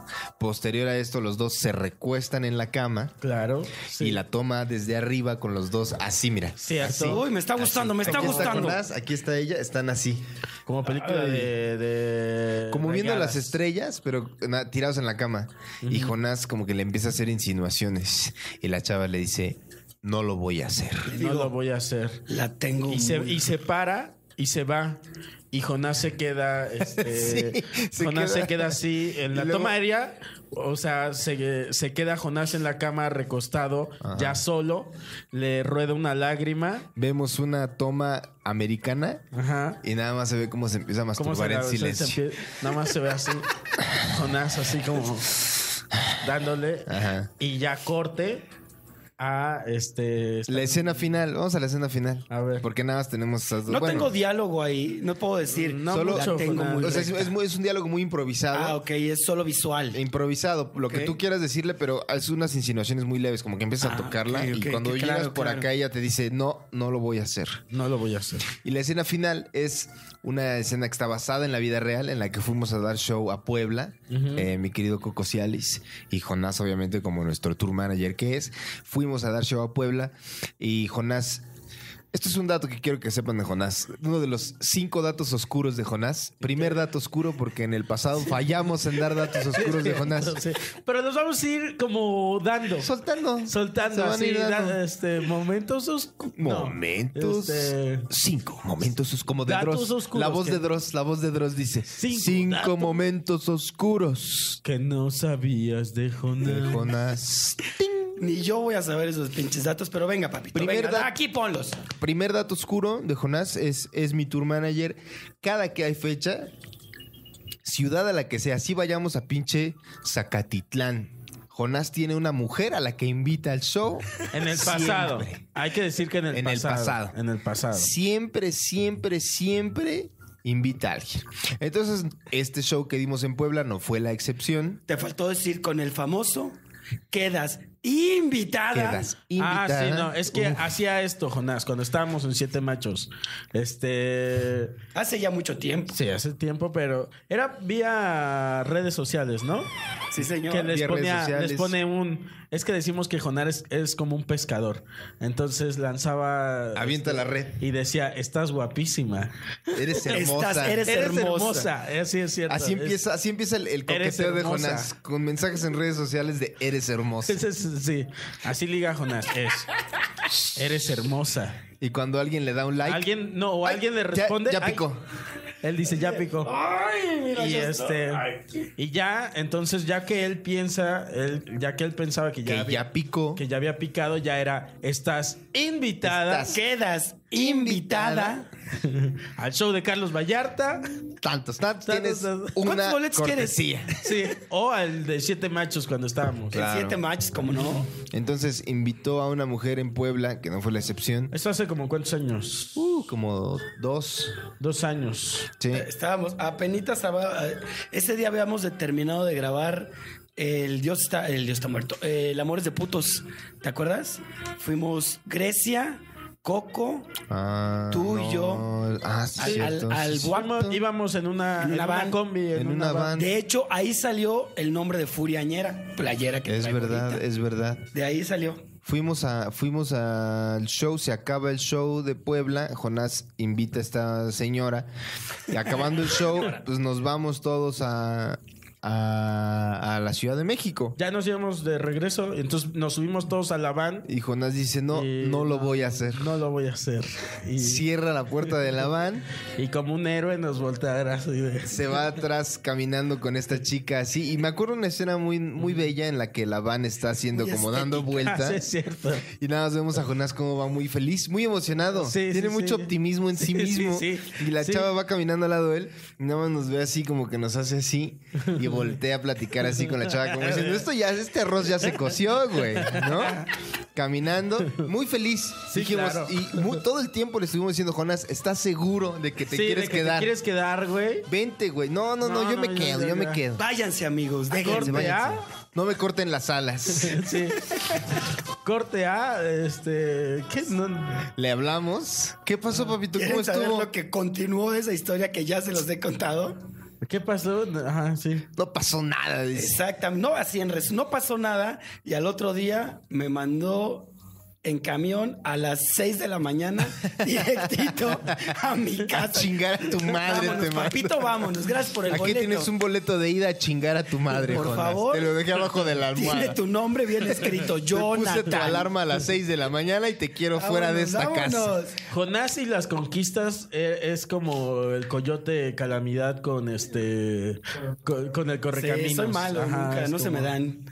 [SPEAKER 2] Posterior a esto, los dos se recuestan en la cama
[SPEAKER 1] Claro. sí.
[SPEAKER 2] y la toma desde arriba con los dos así, mira.
[SPEAKER 1] Cierto.
[SPEAKER 4] Uy, me está gustando, me está
[SPEAKER 2] aquí está
[SPEAKER 4] gustando.
[SPEAKER 2] Jonás, aquí está ella, están así.
[SPEAKER 1] Como película de, de-
[SPEAKER 2] Como viendo
[SPEAKER 1] regadas.
[SPEAKER 2] las estrellas, pero na- tirados en la cama. Y Jonás como que le empieza a hacer insinuaciones. Y la chava le dice, no lo voy a hacer.
[SPEAKER 1] No lo voy a hacer.
[SPEAKER 4] La tengo.
[SPEAKER 2] Oh,
[SPEAKER 1] Y se,
[SPEAKER 4] muy-
[SPEAKER 1] y se para y se va. Y Jonás se queda. Este,
[SPEAKER 2] Sí, se
[SPEAKER 1] Jonás
[SPEAKER 2] queda.
[SPEAKER 1] se queda así en
[SPEAKER 2] Y
[SPEAKER 1] la
[SPEAKER 2] luego-
[SPEAKER 1] toma aérea. O sea, se, se queda Jonás en la cama recostado, ya solo. Le rueda una lágrima.
[SPEAKER 2] Vemos una toma americana
[SPEAKER 1] Ajá.
[SPEAKER 2] y nada más se ve cómo se empieza a
[SPEAKER 1] ¿Cómo se
[SPEAKER 2] masturbar
[SPEAKER 1] la-
[SPEAKER 2] en
[SPEAKER 1] se- se
[SPEAKER 2] silencio.
[SPEAKER 1] empie- Nada más se ve así. Jonás así como dándole.
[SPEAKER 2] Ajá.
[SPEAKER 1] Y ya corte a este. esta-
[SPEAKER 2] La escena final, vamos a la escena final.
[SPEAKER 1] A ver.
[SPEAKER 2] Porque nada más tenemos esas dos.
[SPEAKER 4] No
[SPEAKER 2] bueno,
[SPEAKER 4] tengo diálogo ahí, no puedo decir.
[SPEAKER 1] No
[SPEAKER 2] solo-
[SPEAKER 1] mucho,
[SPEAKER 4] la tengo
[SPEAKER 1] Jonás.
[SPEAKER 4] muy
[SPEAKER 2] O sea, es,
[SPEAKER 4] recta.
[SPEAKER 2] es muy- es un diálogo muy improvisado.
[SPEAKER 4] Ah, ok, es solo visual.
[SPEAKER 2] Improvisado, lo que
[SPEAKER 4] Ok.
[SPEAKER 2] tú quieras decirle, pero es unas insinuaciones muy leves, como que empiezas
[SPEAKER 4] Ah,
[SPEAKER 2] a tocarla
[SPEAKER 4] ok, ok,
[SPEAKER 2] y cuando
[SPEAKER 4] que
[SPEAKER 2] llegas
[SPEAKER 4] claro,
[SPEAKER 2] por
[SPEAKER 4] claro.
[SPEAKER 2] acá ella te dice, no, no lo voy a hacer.
[SPEAKER 1] No lo voy a hacer.
[SPEAKER 2] Y la escena final es una escena que está basada en la vida real, en la que fuimos a dar show a Puebla, eh, mi querido Coco Cialis y Jonás, obviamente, como nuestro tour manager que es. Fuimos a dar show a Puebla y Jonás. Esto es un dato que quiero que sepan de Jonás. Uno de los cinco datos oscuros de Jonás. Primer dato oscuro, porque en el pasado fallamos en dar datos oscuros de Jonás.
[SPEAKER 1] Entonces, pero nos vamos a ir como dando,
[SPEAKER 2] Soltando. Se
[SPEAKER 1] soltando
[SPEAKER 2] van a
[SPEAKER 1] así,
[SPEAKER 2] ir dando.
[SPEAKER 1] da- este, momentos oscuros.
[SPEAKER 2] Momentos. Cinco momentos oscuros. Como de
[SPEAKER 1] este, Datos
[SPEAKER 2] Dross.
[SPEAKER 1] oscuros
[SPEAKER 2] la voz
[SPEAKER 1] que-
[SPEAKER 2] de Dross. La voz de Dross dice:
[SPEAKER 1] Cinco
[SPEAKER 2] Cinco,
[SPEAKER 1] datos.
[SPEAKER 2] momentos oscuros.
[SPEAKER 1] que no sabías de
[SPEAKER 2] De
[SPEAKER 1] Jonás.
[SPEAKER 2] Jonás.
[SPEAKER 4] Ni yo voy a saber esos pinches datos, pero venga, papito.
[SPEAKER 2] Primer
[SPEAKER 4] venga,
[SPEAKER 2] da-
[SPEAKER 4] aquí ponlos.
[SPEAKER 2] Primer dato oscuro de Jonás es, es mi tour manager. Cada que hay fecha, ciudad a la que sea, si vayamos a pinche Zacatitlán. Jonás tiene una mujer a la que invita al show.
[SPEAKER 1] En el pasado.
[SPEAKER 2] Siempre.
[SPEAKER 1] Hay que decir que en el
[SPEAKER 2] En el
[SPEAKER 1] pasado.
[SPEAKER 2] pasado.
[SPEAKER 1] En el pasado.
[SPEAKER 2] Siempre, siempre, siempre invita a alguien. Entonces, este show que dimos en Puebla no fue la excepción.
[SPEAKER 4] Te faltó decir con el famoso, quedas invitada.
[SPEAKER 2] Quedas invitada.
[SPEAKER 1] Ah, sí, no, es que hacía esto, Jonás, cuando estábamos en Siete Machos. Este.
[SPEAKER 4] Hace ya mucho tiempo.
[SPEAKER 1] Sí, hace tiempo, pero era vía redes sociales, ¿no?
[SPEAKER 4] Sí, señor.
[SPEAKER 1] que les,
[SPEAKER 2] vía redes
[SPEAKER 1] ponía,
[SPEAKER 2] sociales.
[SPEAKER 1] les pone un. Es que decimos que Jonar es, es como un pescador. Entonces lanzaba. este,
[SPEAKER 2] Avienta la red.
[SPEAKER 1] Y decía, estás guapísima.
[SPEAKER 2] Eres
[SPEAKER 4] Estás-
[SPEAKER 2] hermosa.
[SPEAKER 4] eres- hermosa.
[SPEAKER 1] hermosa. Eh, Sí, es cierto.
[SPEAKER 2] Así
[SPEAKER 1] Es-
[SPEAKER 2] empieza, así empieza el, el
[SPEAKER 1] Eres
[SPEAKER 2] coqueteo de
[SPEAKER 1] hermosa.
[SPEAKER 2] Jonás con mensajes en redes sociales de eres hermosa.
[SPEAKER 1] es- es- sí, así liga Jonás. Es. Eres hermosa.
[SPEAKER 2] Y cuando alguien le da un like,
[SPEAKER 1] Alguien, no, o
[SPEAKER 2] Ay,
[SPEAKER 1] alguien le
[SPEAKER 2] ya-
[SPEAKER 1] responde.
[SPEAKER 2] ya
[SPEAKER 1] ay,
[SPEAKER 2] picó.
[SPEAKER 1] él dice, ya picó. y
[SPEAKER 4] ya
[SPEAKER 1] este. Y ya, entonces, ya que él piensa, él, ya que él pensaba que ya,
[SPEAKER 2] que
[SPEAKER 1] había,
[SPEAKER 2] ya picó.
[SPEAKER 1] que ya había picado, ya era, estás invitada
[SPEAKER 2] Estás
[SPEAKER 4] Quedas invitada.
[SPEAKER 1] al show de Carlos Vallarta.
[SPEAKER 2] Tantos
[SPEAKER 1] Tantos
[SPEAKER 2] snaps tienes
[SPEAKER 1] snaps.
[SPEAKER 2] una
[SPEAKER 4] ¿Cuántos boletos quieres?
[SPEAKER 2] cortesía.
[SPEAKER 1] Sí, o al de Siete Machos cuando estábamos.
[SPEAKER 2] Claro.
[SPEAKER 4] En siete matches, como no.
[SPEAKER 2] Entonces invitó a una mujer en Puebla, que no fue la excepción.
[SPEAKER 1] Eso hace como cuántos años?
[SPEAKER 2] Uh, como dos.
[SPEAKER 1] Dos años.
[SPEAKER 2] Sí.
[SPEAKER 4] Estábamos, apenas estaba. Ese día habíamos determinado de grabar El Dios está, el Dios está muerto. eh, El amor es de putos. ¿Te acuerdas? Fuimos Grecia, Coco,
[SPEAKER 2] Ah,
[SPEAKER 4] Tú y
[SPEAKER 2] no.
[SPEAKER 4] yo.
[SPEAKER 2] Ah, sí,
[SPEAKER 4] Al-
[SPEAKER 2] cierto,
[SPEAKER 4] al- al
[SPEAKER 2] sí,
[SPEAKER 4] guapo.
[SPEAKER 2] cierto.
[SPEAKER 1] Íbamos, íbamos en una,
[SPEAKER 4] En
[SPEAKER 1] en
[SPEAKER 4] una
[SPEAKER 1] una,
[SPEAKER 4] van.
[SPEAKER 1] combi, en,
[SPEAKER 2] En
[SPEAKER 1] una,
[SPEAKER 2] una
[SPEAKER 1] van.
[SPEAKER 2] van.
[SPEAKER 4] De hecho, ahí salió el nombre de Furiañera, playera que
[SPEAKER 2] Es
[SPEAKER 4] traigo
[SPEAKER 2] verdad, eh.
[SPEAKER 4] ahorita.
[SPEAKER 2] es verdad.
[SPEAKER 4] De ahí salió.
[SPEAKER 2] Fuimos a, fuimos al show, se acaba el show de Puebla. Jonás invita a esta señora. Y acabando el show, pues nos vamos todos a, a, a la Ciudad de México.
[SPEAKER 1] Ya nos íbamos de regreso, entonces nos subimos todos a la van.
[SPEAKER 2] Y Jonás dice, no,
[SPEAKER 1] Y
[SPEAKER 2] no lo voy a hacer.
[SPEAKER 1] No lo voy a hacer. Y,
[SPEAKER 2] Cierra la puerta de la van,
[SPEAKER 1] y como un héroe nos voltea así de...
[SPEAKER 2] se va atrás caminando con esta chica así. Y me acuerdo una escena muy, muy bella en la que la van está haciendo
[SPEAKER 4] Muy
[SPEAKER 2] como dando
[SPEAKER 1] Ah, sí,
[SPEAKER 2] vueltas.
[SPEAKER 1] es cierto.
[SPEAKER 2] Y nada más vemos a Jonás como va muy feliz, muy emocionado.
[SPEAKER 1] Sí, sí,
[SPEAKER 2] Tiene
[SPEAKER 1] sí.
[SPEAKER 2] mucho optimismo en sí,
[SPEAKER 1] Sí, sí,
[SPEAKER 2] mismo.
[SPEAKER 1] sí.
[SPEAKER 2] Y la
[SPEAKER 1] Sí.
[SPEAKER 2] chava va caminando al lado de él y nada más nos ve así como que nos hace así y voltea a platicar así con la chava como diciendo, esto ya, este arroz ya se coció, güey, ¿no? Caminando, muy feliz.
[SPEAKER 1] Sí,
[SPEAKER 2] Dijimos,
[SPEAKER 1] claro.
[SPEAKER 2] Y mu- todo el tiempo le estuvimos diciendo, Jonás, ¿estás seguro de que te
[SPEAKER 1] Sí, de
[SPEAKER 2] quieres
[SPEAKER 1] que
[SPEAKER 2] quedar?
[SPEAKER 1] Te quieres quedar, güey.
[SPEAKER 2] Vente, güey. No, no, no,
[SPEAKER 1] No,
[SPEAKER 2] yo
[SPEAKER 1] no,
[SPEAKER 2] me
[SPEAKER 1] ya,
[SPEAKER 2] quedo,
[SPEAKER 1] ya,
[SPEAKER 2] yo me
[SPEAKER 1] ya.
[SPEAKER 2] quedo.
[SPEAKER 4] Váyanse, amigos, ¿ah?
[SPEAKER 1] Corte
[SPEAKER 4] déjense.
[SPEAKER 1] Corta.
[SPEAKER 2] Váyanse,
[SPEAKER 1] A.
[SPEAKER 2] váyanse. No me corten las alas.
[SPEAKER 1] Sí. Corte A, este... ¿Qué? No,
[SPEAKER 2] Le hablamos. ¿Qué pasó, papito? ¿Cómo
[SPEAKER 4] ¿Quieren saber
[SPEAKER 2] estuvo?
[SPEAKER 4] lo que continuó de esa historia que ya se los he contado?
[SPEAKER 1] ¿Qué pasó? Ajá, sí.
[SPEAKER 2] No pasó nada, dice.
[SPEAKER 4] Exactamente. No, así en res- no pasó nada. Y al otro día me mandó en camión a las 6 de la mañana directito a mi
[SPEAKER 2] A
[SPEAKER 4] casa.
[SPEAKER 2] chingar a tu madre,
[SPEAKER 4] vámonos,
[SPEAKER 2] te mando.
[SPEAKER 4] papito, vámonos. Gracias por el
[SPEAKER 2] Aquí
[SPEAKER 4] boleto.
[SPEAKER 2] tienes un boleto de ida a chingar a tu madre,
[SPEAKER 4] Por
[SPEAKER 2] Jonas.
[SPEAKER 4] favor.
[SPEAKER 2] Te lo dejé abajo de la
[SPEAKER 4] Tiene
[SPEAKER 2] almohada.
[SPEAKER 4] tu nombre bien escrito,
[SPEAKER 2] Te puse
[SPEAKER 4] Jonathan.
[SPEAKER 2] tu alarma a las 6 de la mañana y te quiero fuera de esta
[SPEAKER 4] Vámonos,
[SPEAKER 2] casa.
[SPEAKER 4] vámonos.
[SPEAKER 1] Jonás y las conquistas eh, es como el coyote calamidad con este... Con, con el correcaminos.
[SPEAKER 4] Sí, soy malo,
[SPEAKER 1] Ajá,
[SPEAKER 4] nunca,
[SPEAKER 1] es
[SPEAKER 4] no se
[SPEAKER 1] como-
[SPEAKER 4] me dan.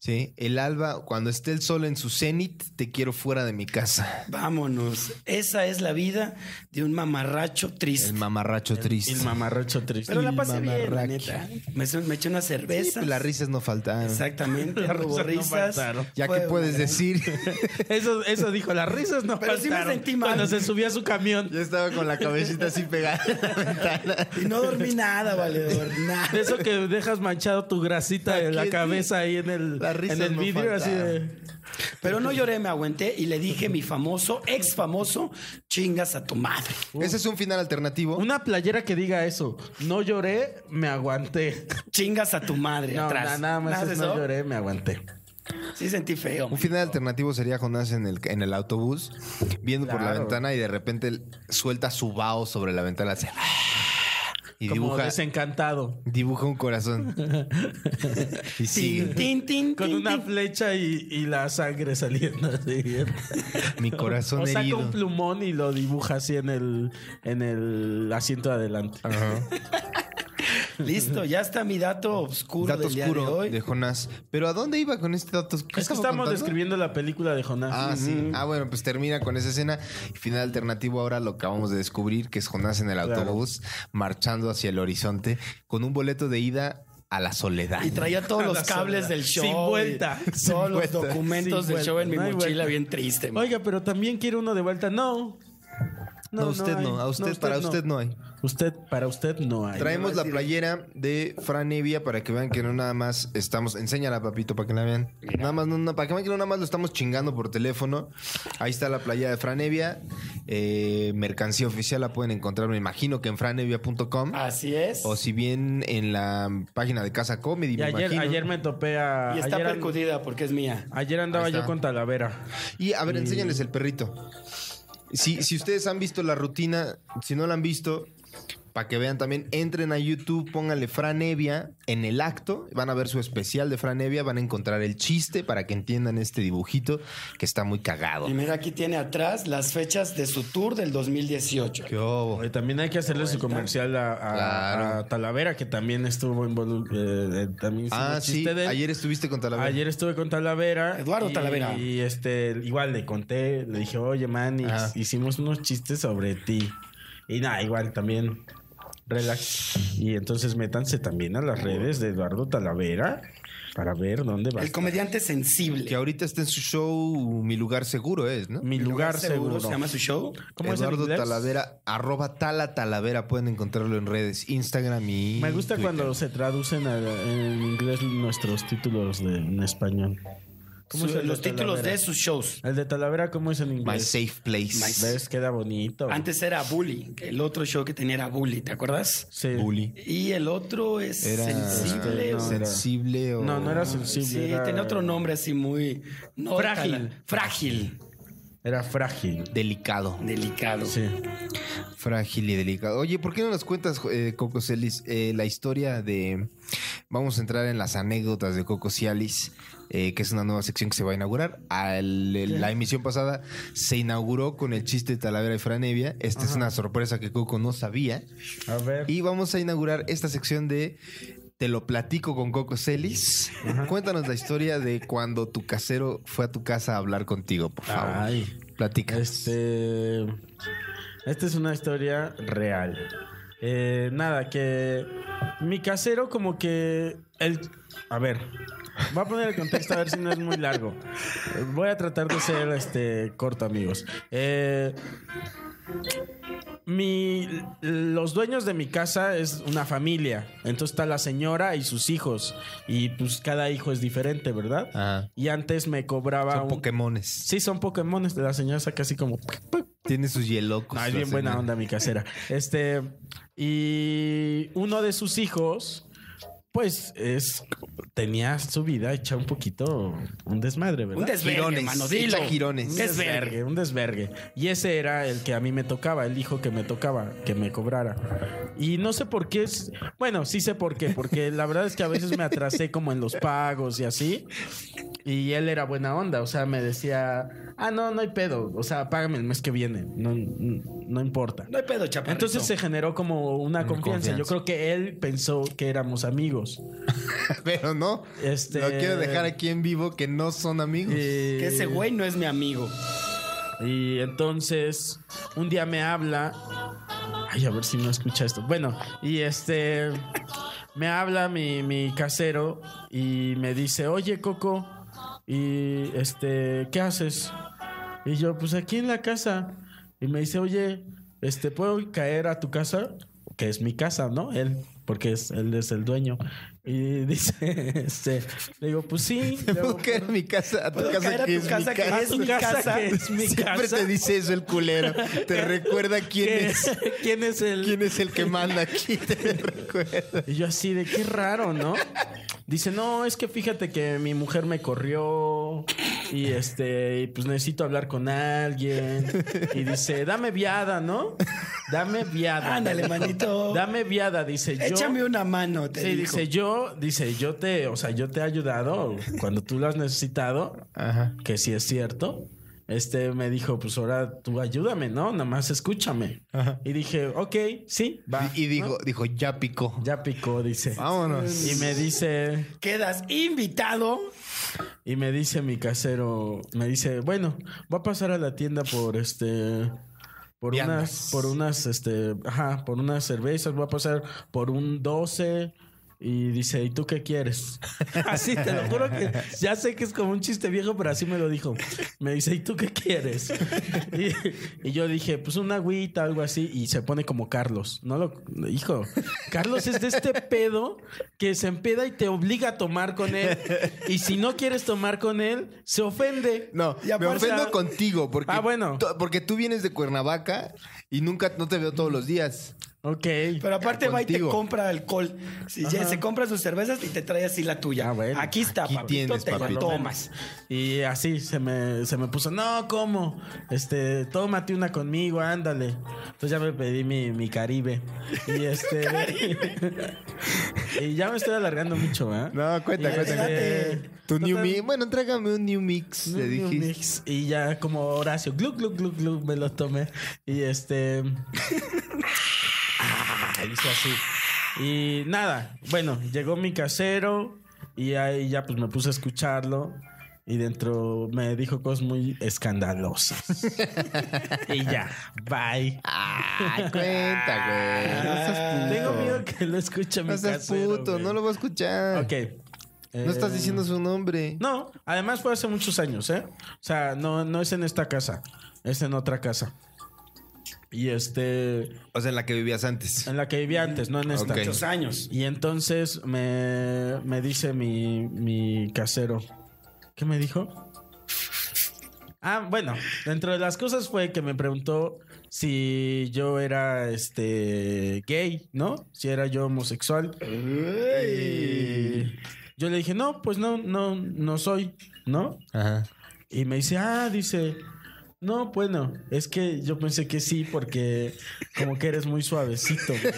[SPEAKER 2] Sí, el alba, cuando esté el sol en su cenit, te quiero fuera de mi casa.
[SPEAKER 4] Vámonos. Esa es la vida de un mamarracho triste.
[SPEAKER 2] El mamarracho triste.
[SPEAKER 1] El mamarracho triste.
[SPEAKER 4] Pero la
[SPEAKER 2] el
[SPEAKER 4] pasé bien, la
[SPEAKER 2] mamarracho.
[SPEAKER 4] neta. Me, me eché una
[SPEAKER 2] Sí,
[SPEAKER 4] cerveza.
[SPEAKER 2] pues, las risas no faltaron.
[SPEAKER 4] Exactamente,
[SPEAKER 1] Las
[SPEAKER 4] hubo
[SPEAKER 1] risas no
[SPEAKER 4] risas.
[SPEAKER 1] faltaron.
[SPEAKER 2] Ya
[SPEAKER 4] Fue
[SPEAKER 2] que puedes
[SPEAKER 4] una gran-
[SPEAKER 2] decir,
[SPEAKER 1] Eso, eso dijo, las risas no
[SPEAKER 4] Pero sí me
[SPEAKER 1] faltaron.
[SPEAKER 4] sentí mal.
[SPEAKER 1] Cuando se subió a su camión.
[SPEAKER 2] yo estaba con la cabecita así pegada en la ventana.
[SPEAKER 4] Y no dormí nada, valedor,
[SPEAKER 1] De
[SPEAKER 4] nada.
[SPEAKER 1] eso que dejas manchado tu grasita de la
[SPEAKER 2] Aquí, sí.
[SPEAKER 1] cabeza ahí en el,
[SPEAKER 2] Las risas
[SPEAKER 1] en el
[SPEAKER 2] no
[SPEAKER 1] vidrio, así de.
[SPEAKER 2] faltaron.
[SPEAKER 4] Pero no lloré, me aguanté y le dije mi famoso, ex famoso, chingas a tu madre.
[SPEAKER 2] Ese es un final alternativo.
[SPEAKER 1] Una playera que diga eso. No lloré, me aguanté.
[SPEAKER 4] Chingas a tu madre
[SPEAKER 1] No,
[SPEAKER 4] atrás.
[SPEAKER 1] na- nada más
[SPEAKER 4] de
[SPEAKER 1] es no lloré, me aguanté.
[SPEAKER 4] Sí sentí feo.
[SPEAKER 2] Un final alternativo sería Jonás en el, en el autobús, viendo por la
[SPEAKER 1] Claro.
[SPEAKER 2] ventana y de repente él suelta su vaho sobre la ventana así, y
[SPEAKER 1] Como
[SPEAKER 2] dibuja,
[SPEAKER 1] desencantado.
[SPEAKER 2] dibuja un corazón. y
[SPEAKER 4] Tin,
[SPEAKER 2] sigue.
[SPEAKER 4] tin, tin,
[SPEAKER 1] Con
[SPEAKER 4] tin,
[SPEAKER 1] una
[SPEAKER 4] tin.
[SPEAKER 1] flecha y, y la sangre saliendo así.
[SPEAKER 2] Mi corazón
[SPEAKER 1] O saca
[SPEAKER 2] herido.
[SPEAKER 1] un plumón y lo dibuja así en el, en el asiento de adelante.
[SPEAKER 2] Ajá.
[SPEAKER 4] Listo, ya está mi dato oscuro
[SPEAKER 2] Dato
[SPEAKER 4] del día de
[SPEAKER 2] oscuro
[SPEAKER 4] hoy.
[SPEAKER 2] de Jonás. Pero ¿a dónde iba con este dato oscuro? ¿Qué
[SPEAKER 1] Es que
[SPEAKER 2] estaba
[SPEAKER 1] estamos
[SPEAKER 2] contando?
[SPEAKER 1] describiendo la película de Jonás.
[SPEAKER 2] Ah, sí. Ah, bueno, pues termina con esa escena. Y Final alternativo ahora lo acabamos de descubrir, que es Jonás en el
[SPEAKER 1] Claro.
[SPEAKER 2] autobús, marchando hacia el horizonte, con un boleto de ida a la soledad.
[SPEAKER 4] Y traía todos
[SPEAKER 1] A la
[SPEAKER 4] los cables
[SPEAKER 1] soledad.
[SPEAKER 4] del show.
[SPEAKER 1] Sin vuelta.
[SPEAKER 4] y
[SPEAKER 1] Sin
[SPEAKER 4] Todos los
[SPEAKER 1] vuelta.
[SPEAKER 4] documentos
[SPEAKER 1] Sin
[SPEAKER 4] del show en mi
[SPEAKER 1] vuelta. No hay
[SPEAKER 4] mochila,
[SPEAKER 1] vuelta.
[SPEAKER 4] bien triste. man.
[SPEAKER 1] Oiga, pero también quiero uno de vuelta. No.
[SPEAKER 2] No, usted
[SPEAKER 1] hay.
[SPEAKER 2] no, a usted, para usted no hay.
[SPEAKER 1] Usted, para usted no hay.
[SPEAKER 2] Traemos la playera de Fran Evia para que vean que no nada más estamos. Enséñala, papito, para que la vean. Nada más, no, no, para que vean que no nada más lo estamos chingando por teléfono. Ahí está la playera de Fran Evia. Eh, mercancía oficial la pueden encontrar, me imagino que en franevia.com.
[SPEAKER 4] Así es.
[SPEAKER 2] O si bien en la página de Casa Comedy,
[SPEAKER 1] Y
[SPEAKER 2] me
[SPEAKER 1] ayer,
[SPEAKER 2] imagino.
[SPEAKER 1] ayer me topé a.
[SPEAKER 4] y está
[SPEAKER 1] Ah, ayer, an-
[SPEAKER 4] percudida porque es mía.
[SPEAKER 1] ayer andaba
[SPEAKER 2] Ahí está.
[SPEAKER 1] yo con Talavera.
[SPEAKER 2] Y a ver, enséñales
[SPEAKER 1] Eh.
[SPEAKER 2] el perrito. Si, si ustedes han visto la rutina, si no la han visto, para que vean también, entren a YouTube, pónganle Fran Evia en el acto, van a ver su especial de Fran Evia, van a encontrar el chiste para que entiendan este dibujito que está muy cagado.
[SPEAKER 4] Y mira, aquí tiene atrás las fechas de su tour del 2018.
[SPEAKER 2] ¿Qué hubo?
[SPEAKER 1] Oye, Eh, también hay que hacerle su comercial a, a-
[SPEAKER 2] Claro.
[SPEAKER 1] a Talavera, que también estuvo involucrado. también hicimos
[SPEAKER 2] Ah, sí,
[SPEAKER 1] chiste de él.
[SPEAKER 2] ayer estuviste con Talavera.
[SPEAKER 1] Ayer estuve con Talavera.
[SPEAKER 4] Eduardo
[SPEAKER 1] y-
[SPEAKER 4] Talavera.
[SPEAKER 1] Y este, igual le conté, le dije, oye, man, y-
[SPEAKER 2] Ajá.
[SPEAKER 1] hicimos unos chistes sobre ti. Y nada, igual también. Relax. Y entonces métanse también a las redes de Eduardo Talavera para ver dónde va.
[SPEAKER 4] El comediante
[SPEAKER 2] Que
[SPEAKER 4] sensible.
[SPEAKER 2] ahorita está en su show Mi Lugar Seguro es, ¿no?
[SPEAKER 1] Mi lugar, seguro.
[SPEAKER 4] se llama su show.
[SPEAKER 1] ¿Cómo es en
[SPEAKER 2] Eduardo
[SPEAKER 1] inglés?
[SPEAKER 2] Talavera, arroba tala talavera, pueden encontrarlo en redes, Instagram y
[SPEAKER 1] Me gusta
[SPEAKER 2] Twitter.
[SPEAKER 1] cuando se traducen a- en inglés nuestros títulos de- en español. ¿Cómo
[SPEAKER 4] Su-
[SPEAKER 1] es el de
[SPEAKER 4] los títulos
[SPEAKER 1] Talavera?
[SPEAKER 4] de sus shows.
[SPEAKER 1] El de Talavera, ¿cómo es en
[SPEAKER 2] My
[SPEAKER 1] inglés?
[SPEAKER 2] Safe Place.
[SPEAKER 4] My Safe
[SPEAKER 1] ¿Ves? Queda bonito.
[SPEAKER 4] Antes era Bully, que el otro show que tenía era Bully, ¿te acuerdas?
[SPEAKER 1] Sí.
[SPEAKER 2] Bully.
[SPEAKER 4] Y el otro es
[SPEAKER 2] Era
[SPEAKER 4] sensible.
[SPEAKER 1] no,
[SPEAKER 4] o-
[SPEAKER 2] sensible o.
[SPEAKER 1] este, No, no era sensible.
[SPEAKER 4] Ah, Sí,
[SPEAKER 1] era-
[SPEAKER 4] tenía otro nombre así muy... no,
[SPEAKER 1] Frágil.
[SPEAKER 4] tan- Frágil.
[SPEAKER 1] Era frágil.
[SPEAKER 2] Delicado.
[SPEAKER 4] Delicado.
[SPEAKER 1] Sí.
[SPEAKER 2] Frágil y delicado. Oye, ¿por qué no nos cuentas, eh, Coco Celis, eh, la historia de. Vamos a entrar en las anécdotas de Coco Cialis, eh, que es una nueva sección que se va a inaugurar. Al- el- la emisión pasada se inauguró con el chiste de Talavera y Franevia. Esta es una sorpresa que Coco no sabía.
[SPEAKER 1] A ver.
[SPEAKER 2] Y vamos a inaugurar esta sección de Te lo platico con Coco Celis. Cuéntanos la historia de cuando tu casero fue a tu casa a hablar contigo,
[SPEAKER 1] Ah,
[SPEAKER 2] por favor.
[SPEAKER 1] Ay.
[SPEAKER 2] Platica.
[SPEAKER 1] Este. Esta es una historia real. Eh, nada, que mi casero, como que. El, a ver, voy a poner el contexto a ver si no es muy largo. Eh, Voy a tratar de ser este, corto, amigos. Eh, mi, los dueños de mi casa es una familia. Entonces está la señora y sus hijos. Y pues cada hijo es diferente, ¿verdad?
[SPEAKER 2] Ajá.
[SPEAKER 1] Y antes me cobraba.
[SPEAKER 2] Son
[SPEAKER 1] un-
[SPEAKER 2] Pokémones.
[SPEAKER 1] Sí, son Pokémones de la señora saca así como.
[SPEAKER 2] Tiene sus hielocos.
[SPEAKER 1] No, Ah, es
[SPEAKER 2] la
[SPEAKER 1] bien buena
[SPEAKER 2] señora.
[SPEAKER 1] onda mi casera. Este. Y uno de sus hijos, pues, es. Tenía su vida hecha un poquito. Un desmadre, ¿verdad?
[SPEAKER 4] Un desvergue,
[SPEAKER 2] Girones,
[SPEAKER 4] hermano,
[SPEAKER 2] echa
[SPEAKER 4] dilo.
[SPEAKER 2] girones.
[SPEAKER 4] Un
[SPEAKER 1] Un desvergue,
[SPEAKER 4] desvergue.
[SPEAKER 1] un desvergue. Y ese era el que a mí me tocaba, el hijo que me tocaba, que me cobrara. Y no sé por qué. es- Bueno, sí sé por qué, porque la verdad es que a veces me atrasé como en los pagos y así. Y él era buena onda, o sea, me decía, ah, no, no hay pedo, o sea, págame el mes que viene, no, no, no importa.
[SPEAKER 4] No hay pedo, chaparrito.
[SPEAKER 1] Entonces se generó como una confianza. Yo
[SPEAKER 2] confianza.
[SPEAKER 1] creo que él pensó que éramos amigos.
[SPEAKER 2] Pero no.
[SPEAKER 1] Este- eh,
[SPEAKER 2] Lo quiero dejar aquí en vivo que no son amigos.
[SPEAKER 1] Y-
[SPEAKER 4] Que ese güey no es mi amigo.
[SPEAKER 1] Y entonces un día me habla. Ay, a ver si no escucha esto. Bueno, y este me habla mi, mi casero y me dice, oye Coco, y este, ¿qué haces? Y yo, pues aquí en la casa. Y me dice, oye, este, ¿puedo caer a tu casa? Que es mi casa, ¿no? Él, porque es, él es el dueño. Y dice, este, le digo, pues sí. Le
[SPEAKER 2] Puedo
[SPEAKER 1] hago-
[SPEAKER 2] caer a mi casa, a tu
[SPEAKER 4] Puedo
[SPEAKER 2] casa
[SPEAKER 4] caer a
[SPEAKER 2] que
[SPEAKER 4] tu
[SPEAKER 2] es
[SPEAKER 4] casa
[SPEAKER 2] mi
[SPEAKER 4] que
[SPEAKER 2] casa.
[SPEAKER 1] a tu
[SPEAKER 4] mi
[SPEAKER 1] casa,
[SPEAKER 4] casa.
[SPEAKER 1] que es mi
[SPEAKER 2] Siempre
[SPEAKER 1] casa.
[SPEAKER 2] te dice eso el culero. Te recuerda quién
[SPEAKER 1] ¿Quién
[SPEAKER 2] es.
[SPEAKER 1] es, ¿Quién es el...?
[SPEAKER 2] ¿Quién es el que manda aquí? Te recuerda.
[SPEAKER 1] Y yo así de qué raro, ¿no? Dice, no, es que fíjate que mi mujer me corrió y este, y pues necesito hablar con alguien. Y dice, dame viada, ¿no? Dame viada.
[SPEAKER 4] Ándale, manito.
[SPEAKER 1] Dame viada, dice yo.
[SPEAKER 4] Échame una mano, te
[SPEAKER 1] Sí,
[SPEAKER 4] dijo.
[SPEAKER 1] dice yo, dice yo te, o sea, yo te he ayudado cuando tú lo has necesitado
[SPEAKER 2] Ajá.
[SPEAKER 1] que si es cierto. Este me dijo, pues ahora tú ayúdame, ¿no? Nada más escúchame.
[SPEAKER 2] Ajá.
[SPEAKER 1] Y dije, ok, sí, va.
[SPEAKER 2] Y dijo, dijo, ya picó.
[SPEAKER 1] Ya picó, dice.
[SPEAKER 2] Vámonos.
[SPEAKER 1] Y me dice,
[SPEAKER 4] Quedas invitado.
[SPEAKER 1] y me dice mi casero, me dice, bueno, va a pasar a la tienda por este, por
[SPEAKER 2] Viandas.
[SPEAKER 1] unas, por unas, este, ajá, por unas cervezas, voy a pasar por un 12 Y dice, ¿y tú qué quieres? Así, te lo juro que ya sé que es como un chiste viejo, pero así me lo dijo. Me dice, ¿y tú qué quieres? Y, y yo dije, pues una agüita, algo así. Y se pone como Carlos. No lo, hijo, Carlos es de este pedo que se empeda y te obliga a tomar con él. Y si no quieres tomar con él, se ofende.
[SPEAKER 2] No,
[SPEAKER 1] Y
[SPEAKER 2] me
[SPEAKER 1] aparte-
[SPEAKER 2] ofendo contigo porque,
[SPEAKER 1] Ah, bueno.
[SPEAKER 2] to- porque tú vienes de Cuernavaca y nunca no te veo todos los días.
[SPEAKER 1] Ok.
[SPEAKER 4] Pero aparte va y te
[SPEAKER 2] Contigo.
[SPEAKER 4] compra alcohol. Si ya se compra sus cervezas y te trae así la tuya.
[SPEAKER 1] Ah, bueno.
[SPEAKER 4] Aquí está,
[SPEAKER 2] Aquí
[SPEAKER 4] papito,
[SPEAKER 2] tienes,
[SPEAKER 4] te la
[SPEAKER 2] papito.
[SPEAKER 4] tomas.
[SPEAKER 1] Y así se me, se me puso, no, ¿cómo? Este, tómate una conmigo, ándale. Entonces ya me pedí mi, mi Caribe. Y este. y ya me estoy alargando mucho, ¿eh?
[SPEAKER 2] No, cuenta,
[SPEAKER 1] Y,
[SPEAKER 2] cuenta,
[SPEAKER 1] este,
[SPEAKER 2] Tu new
[SPEAKER 1] total,
[SPEAKER 2] mix. Bueno, tráigame un new mix,
[SPEAKER 1] un
[SPEAKER 2] le
[SPEAKER 1] New
[SPEAKER 2] dijiste.
[SPEAKER 1] Mix. Y ya como Horacio, glu, glu, glu, glu, me lo tomé. Y este. ah, hice así. Y nada, bueno, llegó mi casero y ahí ya pues me puse a escucharlo. Y dentro me dijo cosas muy escandalosas. y ya, bye.
[SPEAKER 2] Ay, cuenta, güey. Ah, No seas puto.
[SPEAKER 1] Tengo miedo que lo escuche mi
[SPEAKER 2] No seas
[SPEAKER 1] casero,
[SPEAKER 2] puto,
[SPEAKER 1] güey.
[SPEAKER 2] no lo voy a escuchar.
[SPEAKER 1] Ok.
[SPEAKER 2] No estás diciendo su nombre.
[SPEAKER 1] No, además fue hace muchos años, ¿eh? O sea, no, no es en esta casa, es en otra casa. Y este,
[SPEAKER 2] O sea, en la que vivías antes.
[SPEAKER 1] en la que vivía antes, no en esta.
[SPEAKER 2] Ok.
[SPEAKER 4] Muchos años.
[SPEAKER 1] Y entonces me, me dice mi, mi casero, ¿qué me dijo? Ah, bueno, dentro de las cosas fue que me preguntó si yo era este gay, ¿no? Si era yo homosexual. Y yo le dije, no, pues no, no, no soy, ¿no?
[SPEAKER 2] Ajá.
[SPEAKER 1] Y me dice, ah, dice, no, bueno, es que yo pensé que sí, porque como que eres muy suavecito. güey".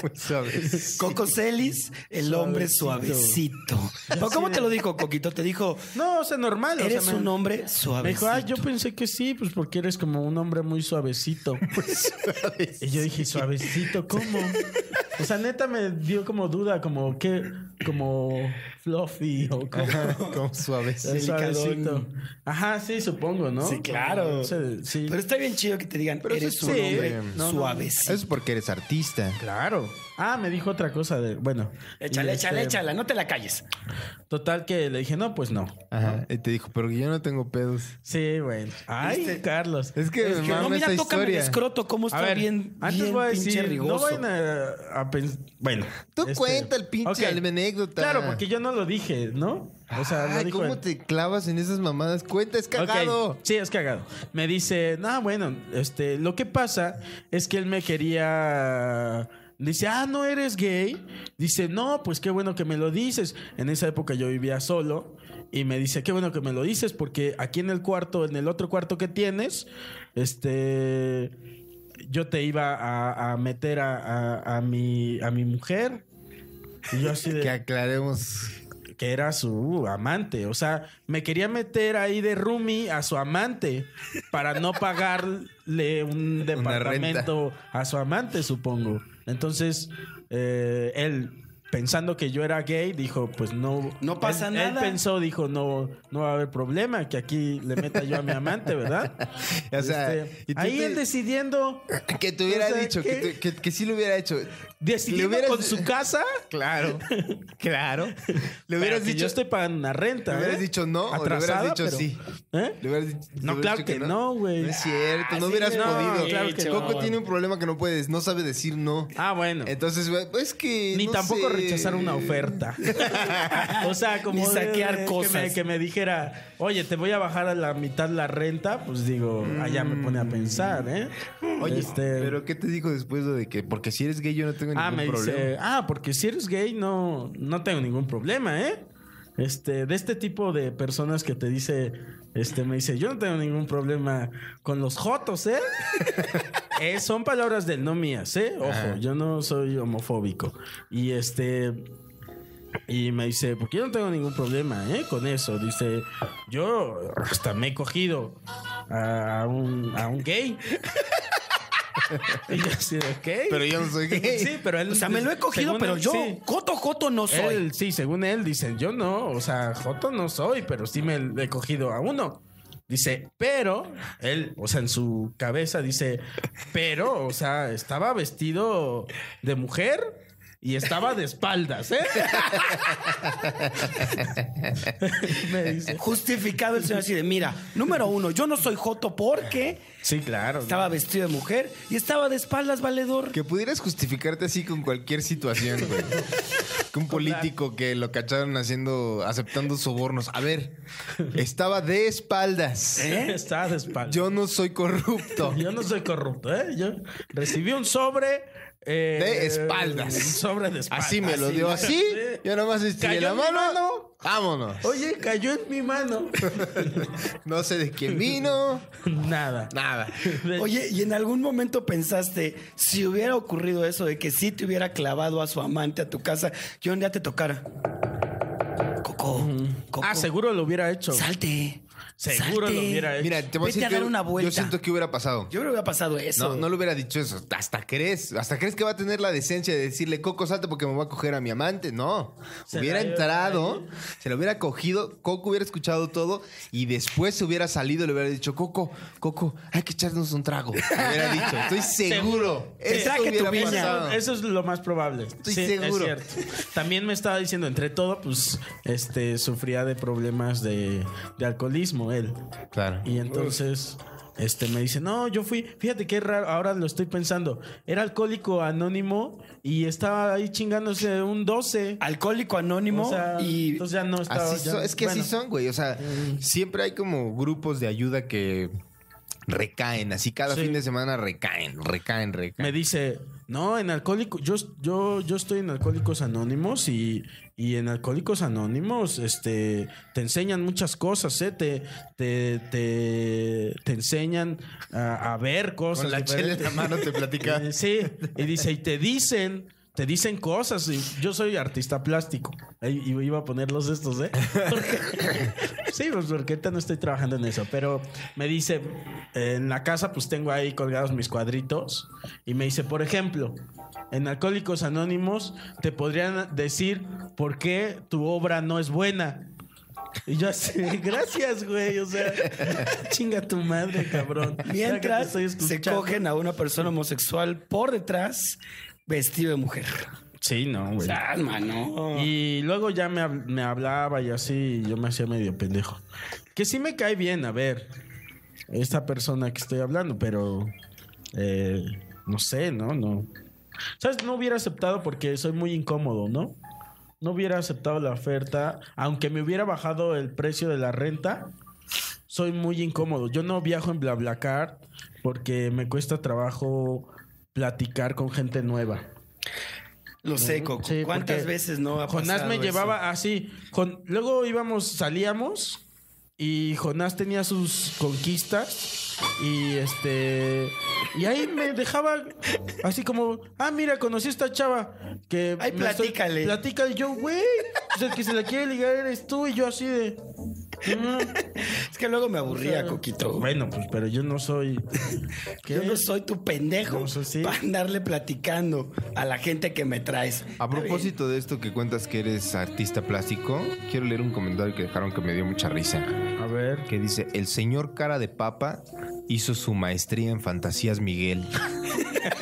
[SPEAKER 2] Muy suave.
[SPEAKER 4] Coco Celis, el hombre
[SPEAKER 1] Suavecito.
[SPEAKER 4] suavecito. ¿Pero ¿Cómo te lo dijo, Coquito? Te dijo,
[SPEAKER 1] No, o sea, normal. o sea,
[SPEAKER 4] eres
[SPEAKER 1] me-
[SPEAKER 4] un hombre
[SPEAKER 1] Me dijo,
[SPEAKER 4] suavecito.
[SPEAKER 1] ah, yo pensé que sí, pues porque eres como un hombre muy suavecito. Y yo dije, suavecito, ¿cómo? O sea, neta me dio como duda, como que, como fluffy o como.
[SPEAKER 2] Como suave.
[SPEAKER 1] Eh, Suavecito. Ajá, sí, supongo, ¿no?
[SPEAKER 4] Sí, claro.
[SPEAKER 1] Sí, sí.
[SPEAKER 4] Pero está bien chido que te digan,
[SPEAKER 1] Pero eso
[SPEAKER 4] eres
[SPEAKER 1] sí.
[SPEAKER 4] un hombre
[SPEAKER 1] No, no.
[SPEAKER 4] suavecito.
[SPEAKER 2] Eso es porque eres artista.
[SPEAKER 1] Claro. Ah, me dijo otra cosa de. Bueno.
[SPEAKER 4] Échale,
[SPEAKER 1] Y,
[SPEAKER 4] échale,
[SPEAKER 1] este,
[SPEAKER 4] échala, no te la calles.
[SPEAKER 1] Total que le dije, no, pues no.
[SPEAKER 2] Ajá. Y te dijo, pero yo no tengo pedos.
[SPEAKER 1] Sí, bueno. Ay, Carlos.
[SPEAKER 2] Es que,
[SPEAKER 1] Es
[SPEAKER 2] me
[SPEAKER 1] que-
[SPEAKER 2] mama
[SPEAKER 4] no, mira,
[SPEAKER 2] esa
[SPEAKER 4] tócame el
[SPEAKER 2] historia.
[SPEAKER 4] escroto, cómo está
[SPEAKER 1] A ver,
[SPEAKER 4] bien,
[SPEAKER 1] antes
[SPEAKER 4] bien
[SPEAKER 1] voy a
[SPEAKER 4] pinche
[SPEAKER 1] decir, no
[SPEAKER 4] rigoso.
[SPEAKER 1] vayan a, a pens- Bueno.
[SPEAKER 2] Tú
[SPEAKER 1] este-
[SPEAKER 2] cuenta el pinche
[SPEAKER 1] Ok.
[SPEAKER 2] anécdota.
[SPEAKER 1] Claro, porque yo no lo dije, ¿no? O sea, lo
[SPEAKER 2] Ay,
[SPEAKER 1] dijo
[SPEAKER 2] Ah, ¿cómo
[SPEAKER 1] él.
[SPEAKER 2] te clavas en esas mamadas? Cuenta, es
[SPEAKER 1] Ok,
[SPEAKER 2] cagado.
[SPEAKER 1] Sí, es cagado. Me dice, no, bueno, este, lo que pasa es que él me quería. Dice, ah, no eres gay. Dice, no, pues qué bueno que me lo dices. En esa época yo vivía solo. Y me dice, qué bueno que me lo dices, porque aquí en el cuarto, en el otro cuarto que tienes, este. Yo te iba a, a meter a, a- a mi, a mi mujer. Y yo así de.
[SPEAKER 2] Que aclaremos.
[SPEAKER 1] que era su uh, amante. O sea, me quería meter ahí de roomie a su amante para no pagarle un departamento a su amante, supongo. Entonces, eh, él pensando que yo era gay, dijo, pues no...
[SPEAKER 4] No pasa
[SPEAKER 1] Él-
[SPEAKER 4] nada.
[SPEAKER 1] Él pensó, dijo, no, no va a haber problema, que aquí le meta yo a mi amante, ¿verdad?
[SPEAKER 2] O sea,
[SPEAKER 1] Este,
[SPEAKER 2] y tú
[SPEAKER 1] ahí
[SPEAKER 2] te-
[SPEAKER 1] él decidiendo,
[SPEAKER 2] Que te hubiera
[SPEAKER 1] O sea,
[SPEAKER 2] dicho, que,
[SPEAKER 1] ¿qué?
[SPEAKER 2] tú- que, que sí lo hubiera hecho.
[SPEAKER 1] decidiendo
[SPEAKER 2] hubieras-
[SPEAKER 1] con su casa...
[SPEAKER 2] Claro, claro. Le
[SPEAKER 1] Le
[SPEAKER 2] hubieras dicho,
[SPEAKER 1] yo estoy pagando una renta.
[SPEAKER 2] le hubieras
[SPEAKER 1] ¿eh?
[SPEAKER 2] dicho no, o le hubieras
[SPEAKER 1] Atrasada,
[SPEAKER 2] dicho
[SPEAKER 1] pero-
[SPEAKER 2] sí.
[SPEAKER 1] ¿Eh?
[SPEAKER 2] Le hubieras dicho-
[SPEAKER 1] No,
[SPEAKER 2] le hubieras
[SPEAKER 1] claro
[SPEAKER 2] dicho
[SPEAKER 1] que no, güey.
[SPEAKER 2] No es cierto, no
[SPEAKER 4] Ah, sí,
[SPEAKER 2] hubieras
[SPEAKER 4] no,
[SPEAKER 2] podido.
[SPEAKER 4] claro que
[SPEAKER 2] Coco
[SPEAKER 4] no.
[SPEAKER 2] tiene un problema que no puedes, no sabe decir no.
[SPEAKER 1] Ah, bueno.
[SPEAKER 4] Eh,
[SPEAKER 2] Entonces, güey, pues es que.
[SPEAKER 1] Ni
[SPEAKER 2] no
[SPEAKER 1] tampoco
[SPEAKER 2] sé.
[SPEAKER 1] rechazar una oferta. o sea, como.
[SPEAKER 4] Ni saquear
[SPEAKER 1] que me-
[SPEAKER 4] cosas.
[SPEAKER 1] Que me, dijera, oye, te voy a bajar a la mitad la renta, pues digo, allá me pone a pensar, ¿eh?
[SPEAKER 2] Oye,
[SPEAKER 1] Este,
[SPEAKER 2] pero ¿qué te dijo después lo de que? Porque si eres gay, yo no tengo
[SPEAKER 1] Ah, me
[SPEAKER 2] ningún problema.
[SPEAKER 1] dice, ah, porque si eres gay, no, no tengo ningún problema, ¿eh? Este, de este tipo de personas que te dice, este, me dice, yo no tengo ningún problema con los jotos, ¿eh? Eh, son palabras del no mías, ¿eh? Ojo, yo no soy homofóbico. Y este. Y me dice, porque yo no tengo ningún problema, ¿eh? Con eso. Dice, yo hasta me he cogido a un, a un gay. y yo así, de, ok.
[SPEAKER 2] Pero yo no soy gay.
[SPEAKER 1] Sí, pero él.
[SPEAKER 4] O sea, me lo he cogido,
[SPEAKER 1] Pues, según
[SPEAKER 4] pero
[SPEAKER 1] él,
[SPEAKER 4] yo,
[SPEAKER 1] sí.
[SPEAKER 4] Joto Joto no soy.
[SPEAKER 1] Él, sí, según él, dice, yo no, o sea, Joto no soy, pero sí me he cogido a uno. Dice, pero, él, o sea, en su cabeza dice, pero, o sea, estaba vestido de mujer. Y estaba de espaldas, ¿eh? Me dice.
[SPEAKER 4] Justificado el señor así de, mira, número uno, yo no soy joto porque
[SPEAKER 1] Sí, claro.
[SPEAKER 4] estaba vestido de mujer y estaba de espaldas, valedor.
[SPEAKER 2] Que pudieras justificarte así con cualquier situación, güey. Que un político que lo cacharon haciendo, aceptando sobornos. A ver, estaba de espaldas.
[SPEAKER 1] ¿Eh? Estaba de espaldas.
[SPEAKER 2] Yo no soy corrupto.
[SPEAKER 1] Yo no soy corrupto, ¿eh? Yo recibí un sobre. eh,
[SPEAKER 2] De espaldas.
[SPEAKER 1] Un sobre de espaldas.
[SPEAKER 2] Así me lo dio así. Yo nomás estiré
[SPEAKER 1] Cayó
[SPEAKER 2] la
[SPEAKER 1] en mi
[SPEAKER 2] mano.
[SPEAKER 1] mano.
[SPEAKER 2] Vámonos.
[SPEAKER 1] Oye, cayó en mi mano.
[SPEAKER 2] No sé de quién vino.
[SPEAKER 1] Nada.
[SPEAKER 2] Nada.
[SPEAKER 4] Oye, ¿y en algún momento pensaste, si hubiera ocurrido eso de que sí te hubiera clavado a su amante a tu casa, yo un día te tocara? Coco, Coco.
[SPEAKER 1] Ah, seguro lo hubiera hecho.
[SPEAKER 4] Salte.
[SPEAKER 1] Seguro
[SPEAKER 4] salte.
[SPEAKER 1] lo hubiera hecho.
[SPEAKER 2] Mira, te voy a
[SPEAKER 4] Vete
[SPEAKER 2] decir
[SPEAKER 4] a
[SPEAKER 2] que
[SPEAKER 4] dar una vuelta.
[SPEAKER 2] yo siento que hubiera pasado.
[SPEAKER 4] Yo creo que hubiera pasado eso.
[SPEAKER 2] No, no le hubiera dicho eso. Hasta crees, hasta crees que va a tener la decencia de decirle, Coco, salte porque me voy a coger a mi amante. No.
[SPEAKER 1] Se la hubiera
[SPEAKER 2] hubiera entrado, se la hubiera cogido, Coco hubiera escuchado todo y después se hubiera salido y le hubiera dicho, Coco, Coco, hay que echarnos un trago. Le hubiera dicho, estoy seguro.
[SPEAKER 4] Te
[SPEAKER 2] Eso
[SPEAKER 4] traje tu
[SPEAKER 2] hubiera
[SPEAKER 4] piña.
[SPEAKER 2] pasado.
[SPEAKER 1] Eso es lo más probable.
[SPEAKER 2] Estoy
[SPEAKER 1] Sí,
[SPEAKER 2] seguro.
[SPEAKER 1] Es cierto. También me estaba diciendo, entre todo, pues, este, sufría de problemas de, de alcoholismo él.
[SPEAKER 2] Claro.
[SPEAKER 1] Y entonces, este, me dice, no, yo fui, fíjate qué raro, ahora lo estoy pensando. Era alcohólico anónimo y estaba ahí chingándose un 12.
[SPEAKER 4] Alcohólico anónimo
[SPEAKER 1] O sea,
[SPEAKER 4] y
[SPEAKER 1] entonces ya no estaba.
[SPEAKER 2] Así
[SPEAKER 1] ya-
[SPEAKER 2] son- es que así
[SPEAKER 1] bueno. Mm.
[SPEAKER 2] son, güey. O sea, siempre hay como grupos de ayuda que recaen, así cada
[SPEAKER 1] Sí.
[SPEAKER 2] fin de semana recaen, recaen,
[SPEAKER 1] Me
[SPEAKER 2] recaen.
[SPEAKER 1] dice, no, en alcohólico, yo, yo, yo estoy en Alcohólicos Anónimos y, y en Alcohólicos Anónimos este, te enseñan muchas cosas, ¿eh? te, te, te, te enseñan a, a ver cosas.
[SPEAKER 2] Con la chela en la
[SPEAKER 1] diferentes".
[SPEAKER 2] mano te platica.
[SPEAKER 1] Eh, Sí, y dice, y te dicen, te dicen cosas. y yo soy artista plástico. Ahí i- iba a ponerlos estos, ¿eh? Porque- sí, pues porque ahorita no estoy trabajando en eso. Pero me dice, eh, en la casa pues tengo ahí colgados mis cuadritos. Y me dice, por ejemplo, en Alcohólicos Anónimos te podrían decir por qué tu obra no es buena. Y yo así, gracias, güey. O sea, chinga tu madre, cabrón. Ya que te
[SPEAKER 4] mientras
[SPEAKER 1] estoy
[SPEAKER 4] se
[SPEAKER 1] escuchando.
[SPEAKER 4] cogen a una persona homosexual por detrás vestido de mujer.
[SPEAKER 1] Sí, no, güey.
[SPEAKER 4] Ah, mano.
[SPEAKER 1] Y luego ya me, hab- me hablaba y así, y yo me hacía medio pendejo. Que sí me cae bien, a ver, esta persona que estoy hablando, pero eh, no sé, ¿no? No. ¿Sabes? No hubiera aceptado porque soy muy incómodo, ¿no? No hubiera aceptado la oferta, aunque me hubiera bajado el precio de la renta. Soy muy incómodo. Yo no viajo en BlaBlaCar porque me cuesta trabajo platicar con gente nueva.
[SPEAKER 4] Lo sé, Coco.
[SPEAKER 1] Sí,
[SPEAKER 4] ¿Cuántas
[SPEAKER 1] porque
[SPEAKER 4] veces no ha
[SPEAKER 1] Jonás
[SPEAKER 4] pasado
[SPEAKER 1] me
[SPEAKER 4] eso?
[SPEAKER 1] llevaba así. Jon- luego íbamos, salíamos y Jonás tenía sus conquistas y este y ahí me dejaba así como, ah, mira, conocí a esta chava que
[SPEAKER 4] Ay,
[SPEAKER 1] me estoy-
[SPEAKER 4] platícale.
[SPEAKER 1] platícale yo, güey. O sea, el que se la quiere ligar eres tú y yo así de "Mm,
[SPEAKER 4] Es que luego me aburría,
[SPEAKER 1] sea,
[SPEAKER 4] Coquito.
[SPEAKER 1] bueno, pues pero yo no soy
[SPEAKER 4] Yo no soy tu pendejo
[SPEAKER 1] No, eso sí.
[SPEAKER 4] para andarle platicando a la gente que me traes.
[SPEAKER 2] A propósito de esto que cuentas que eres artista plástico, quiero leer un comentario que dejaron que me dio mucha risa.
[SPEAKER 1] A ver.
[SPEAKER 2] Que dice, el señor cara de papa hizo su maestría en fantasías Miguel.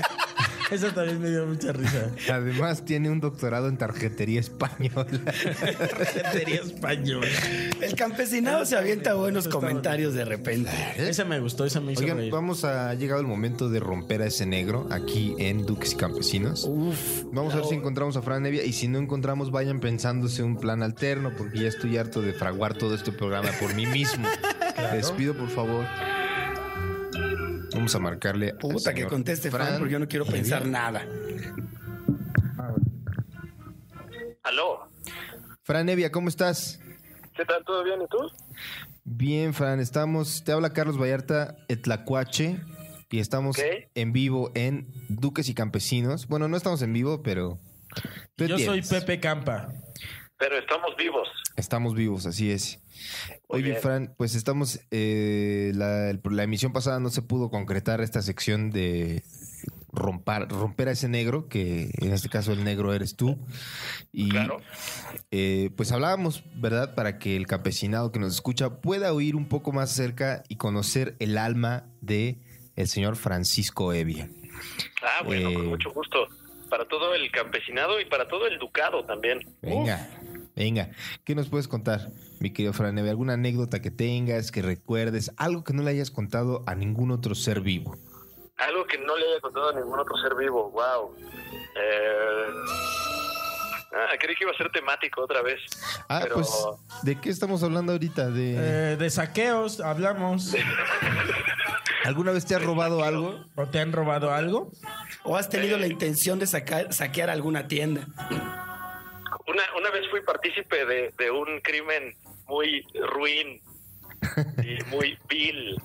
[SPEAKER 1] Esa también me dio mucha risa.
[SPEAKER 2] Además tiene un doctorado en tarjetería española.
[SPEAKER 1] Sería español.
[SPEAKER 4] El campesinado se avienta buenos comentarios de repente.
[SPEAKER 1] Esa me gustó, esa me hizo
[SPEAKER 2] Oigan,
[SPEAKER 1] reír.
[SPEAKER 2] vamos a... Ha llegado el momento de romper a ese negro aquí en Duques y Campesinos.
[SPEAKER 4] Uf.
[SPEAKER 2] Vamos a ver si encontramos a Fran Nevia y si no encontramos, vayan pensándose un plan alterno porque ya estoy harto de fraguar todo este programa por mí mismo. Les pido, por favor. Vamos a marcarle. al
[SPEAKER 4] Puta, que
[SPEAKER 2] señor
[SPEAKER 4] conteste Fran, porque yo no quiero pensar nada.
[SPEAKER 6] Aló,
[SPEAKER 2] Fran Nevia, ¿cómo estás?
[SPEAKER 6] ¿qué tal? ¿Todo bien? ¿Y tú?
[SPEAKER 2] Bien, Fran, estamos. Te habla Carlos Vallarta, Etlacuache, y estamos
[SPEAKER 6] Ok.
[SPEAKER 2] en vivo en Duques y Campesinos. Bueno, no estamos en vivo, pero. tú
[SPEAKER 1] Yo soy
[SPEAKER 2] entiendes.
[SPEAKER 1] Pepe Campa.
[SPEAKER 6] Pero estamos vivos.
[SPEAKER 2] Estamos vivos, así es.
[SPEAKER 6] Muy
[SPEAKER 2] Oye,
[SPEAKER 6] bien.
[SPEAKER 2] Fran, pues estamos. eh, la, el- la emisión pasada no se pudo concretar esta sección de romper, romper a ese negro, que en este caso el negro eres tú. Y
[SPEAKER 6] Claro.
[SPEAKER 2] eh, pues hablábamos, ¿verdad?, para que el campesinado que nos escucha pueda oír un poco más cerca y conocer el alma de el señor Francisco Evia.
[SPEAKER 6] Ah, bueno,
[SPEAKER 2] Eh.
[SPEAKER 6] con mucho gusto. para todo el campesinado y para todo el ducado también.
[SPEAKER 2] Venga, venga. ¿Qué nos puedes contar, mi querido Franeve? ¿Alguna anécdota que tengas, que recuerdes? Algo que no le hayas contado a ningún otro ser vivo.
[SPEAKER 6] Algo que no le haya contado a ningún otro ser vivo, wow. Eh, Ah, creí que iba a ser temático otra vez.
[SPEAKER 2] Ah,
[SPEAKER 6] pero
[SPEAKER 2] pues, ¿de qué estamos hablando ahorita? ¿De
[SPEAKER 1] Eh, de saqueos hablamos.
[SPEAKER 2] ¿Alguna vez te has robado algo?
[SPEAKER 1] ¿O te han robado algo?
[SPEAKER 4] ¿O has tenido la intención de sacar, saquear alguna tienda?
[SPEAKER 6] una, una vez fui partícipe de, de un crimen muy ruin y muy vil.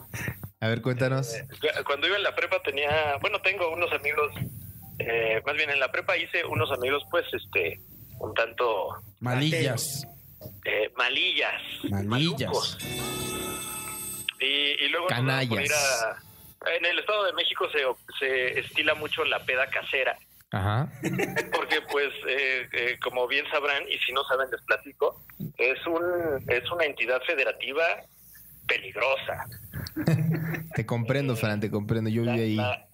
[SPEAKER 2] A ver, cuéntanos.
[SPEAKER 6] Cu- Cuando iba en la prepa tenía, bueno, tengo unos amigos, eh, más bien en la prepa hice unos amigos, pues, este, un tanto
[SPEAKER 1] Malillas.
[SPEAKER 6] eh, malillas.
[SPEAKER 1] Malillas.
[SPEAKER 6] malucos. Y, y luego nos vamos por ir
[SPEAKER 2] Canallas.
[SPEAKER 6] a- en el Estado de México se, se estila mucho la peda casera.
[SPEAKER 2] Ajá.
[SPEAKER 6] Porque, pues, eh, eh, como bien sabrán, y si no saben, les platico, es, un, es una entidad federativa peligrosa.
[SPEAKER 2] Te comprendo, Fran, te comprendo. Yo
[SPEAKER 6] eh, La,
[SPEAKER 2] viví ahí.
[SPEAKER 6] la-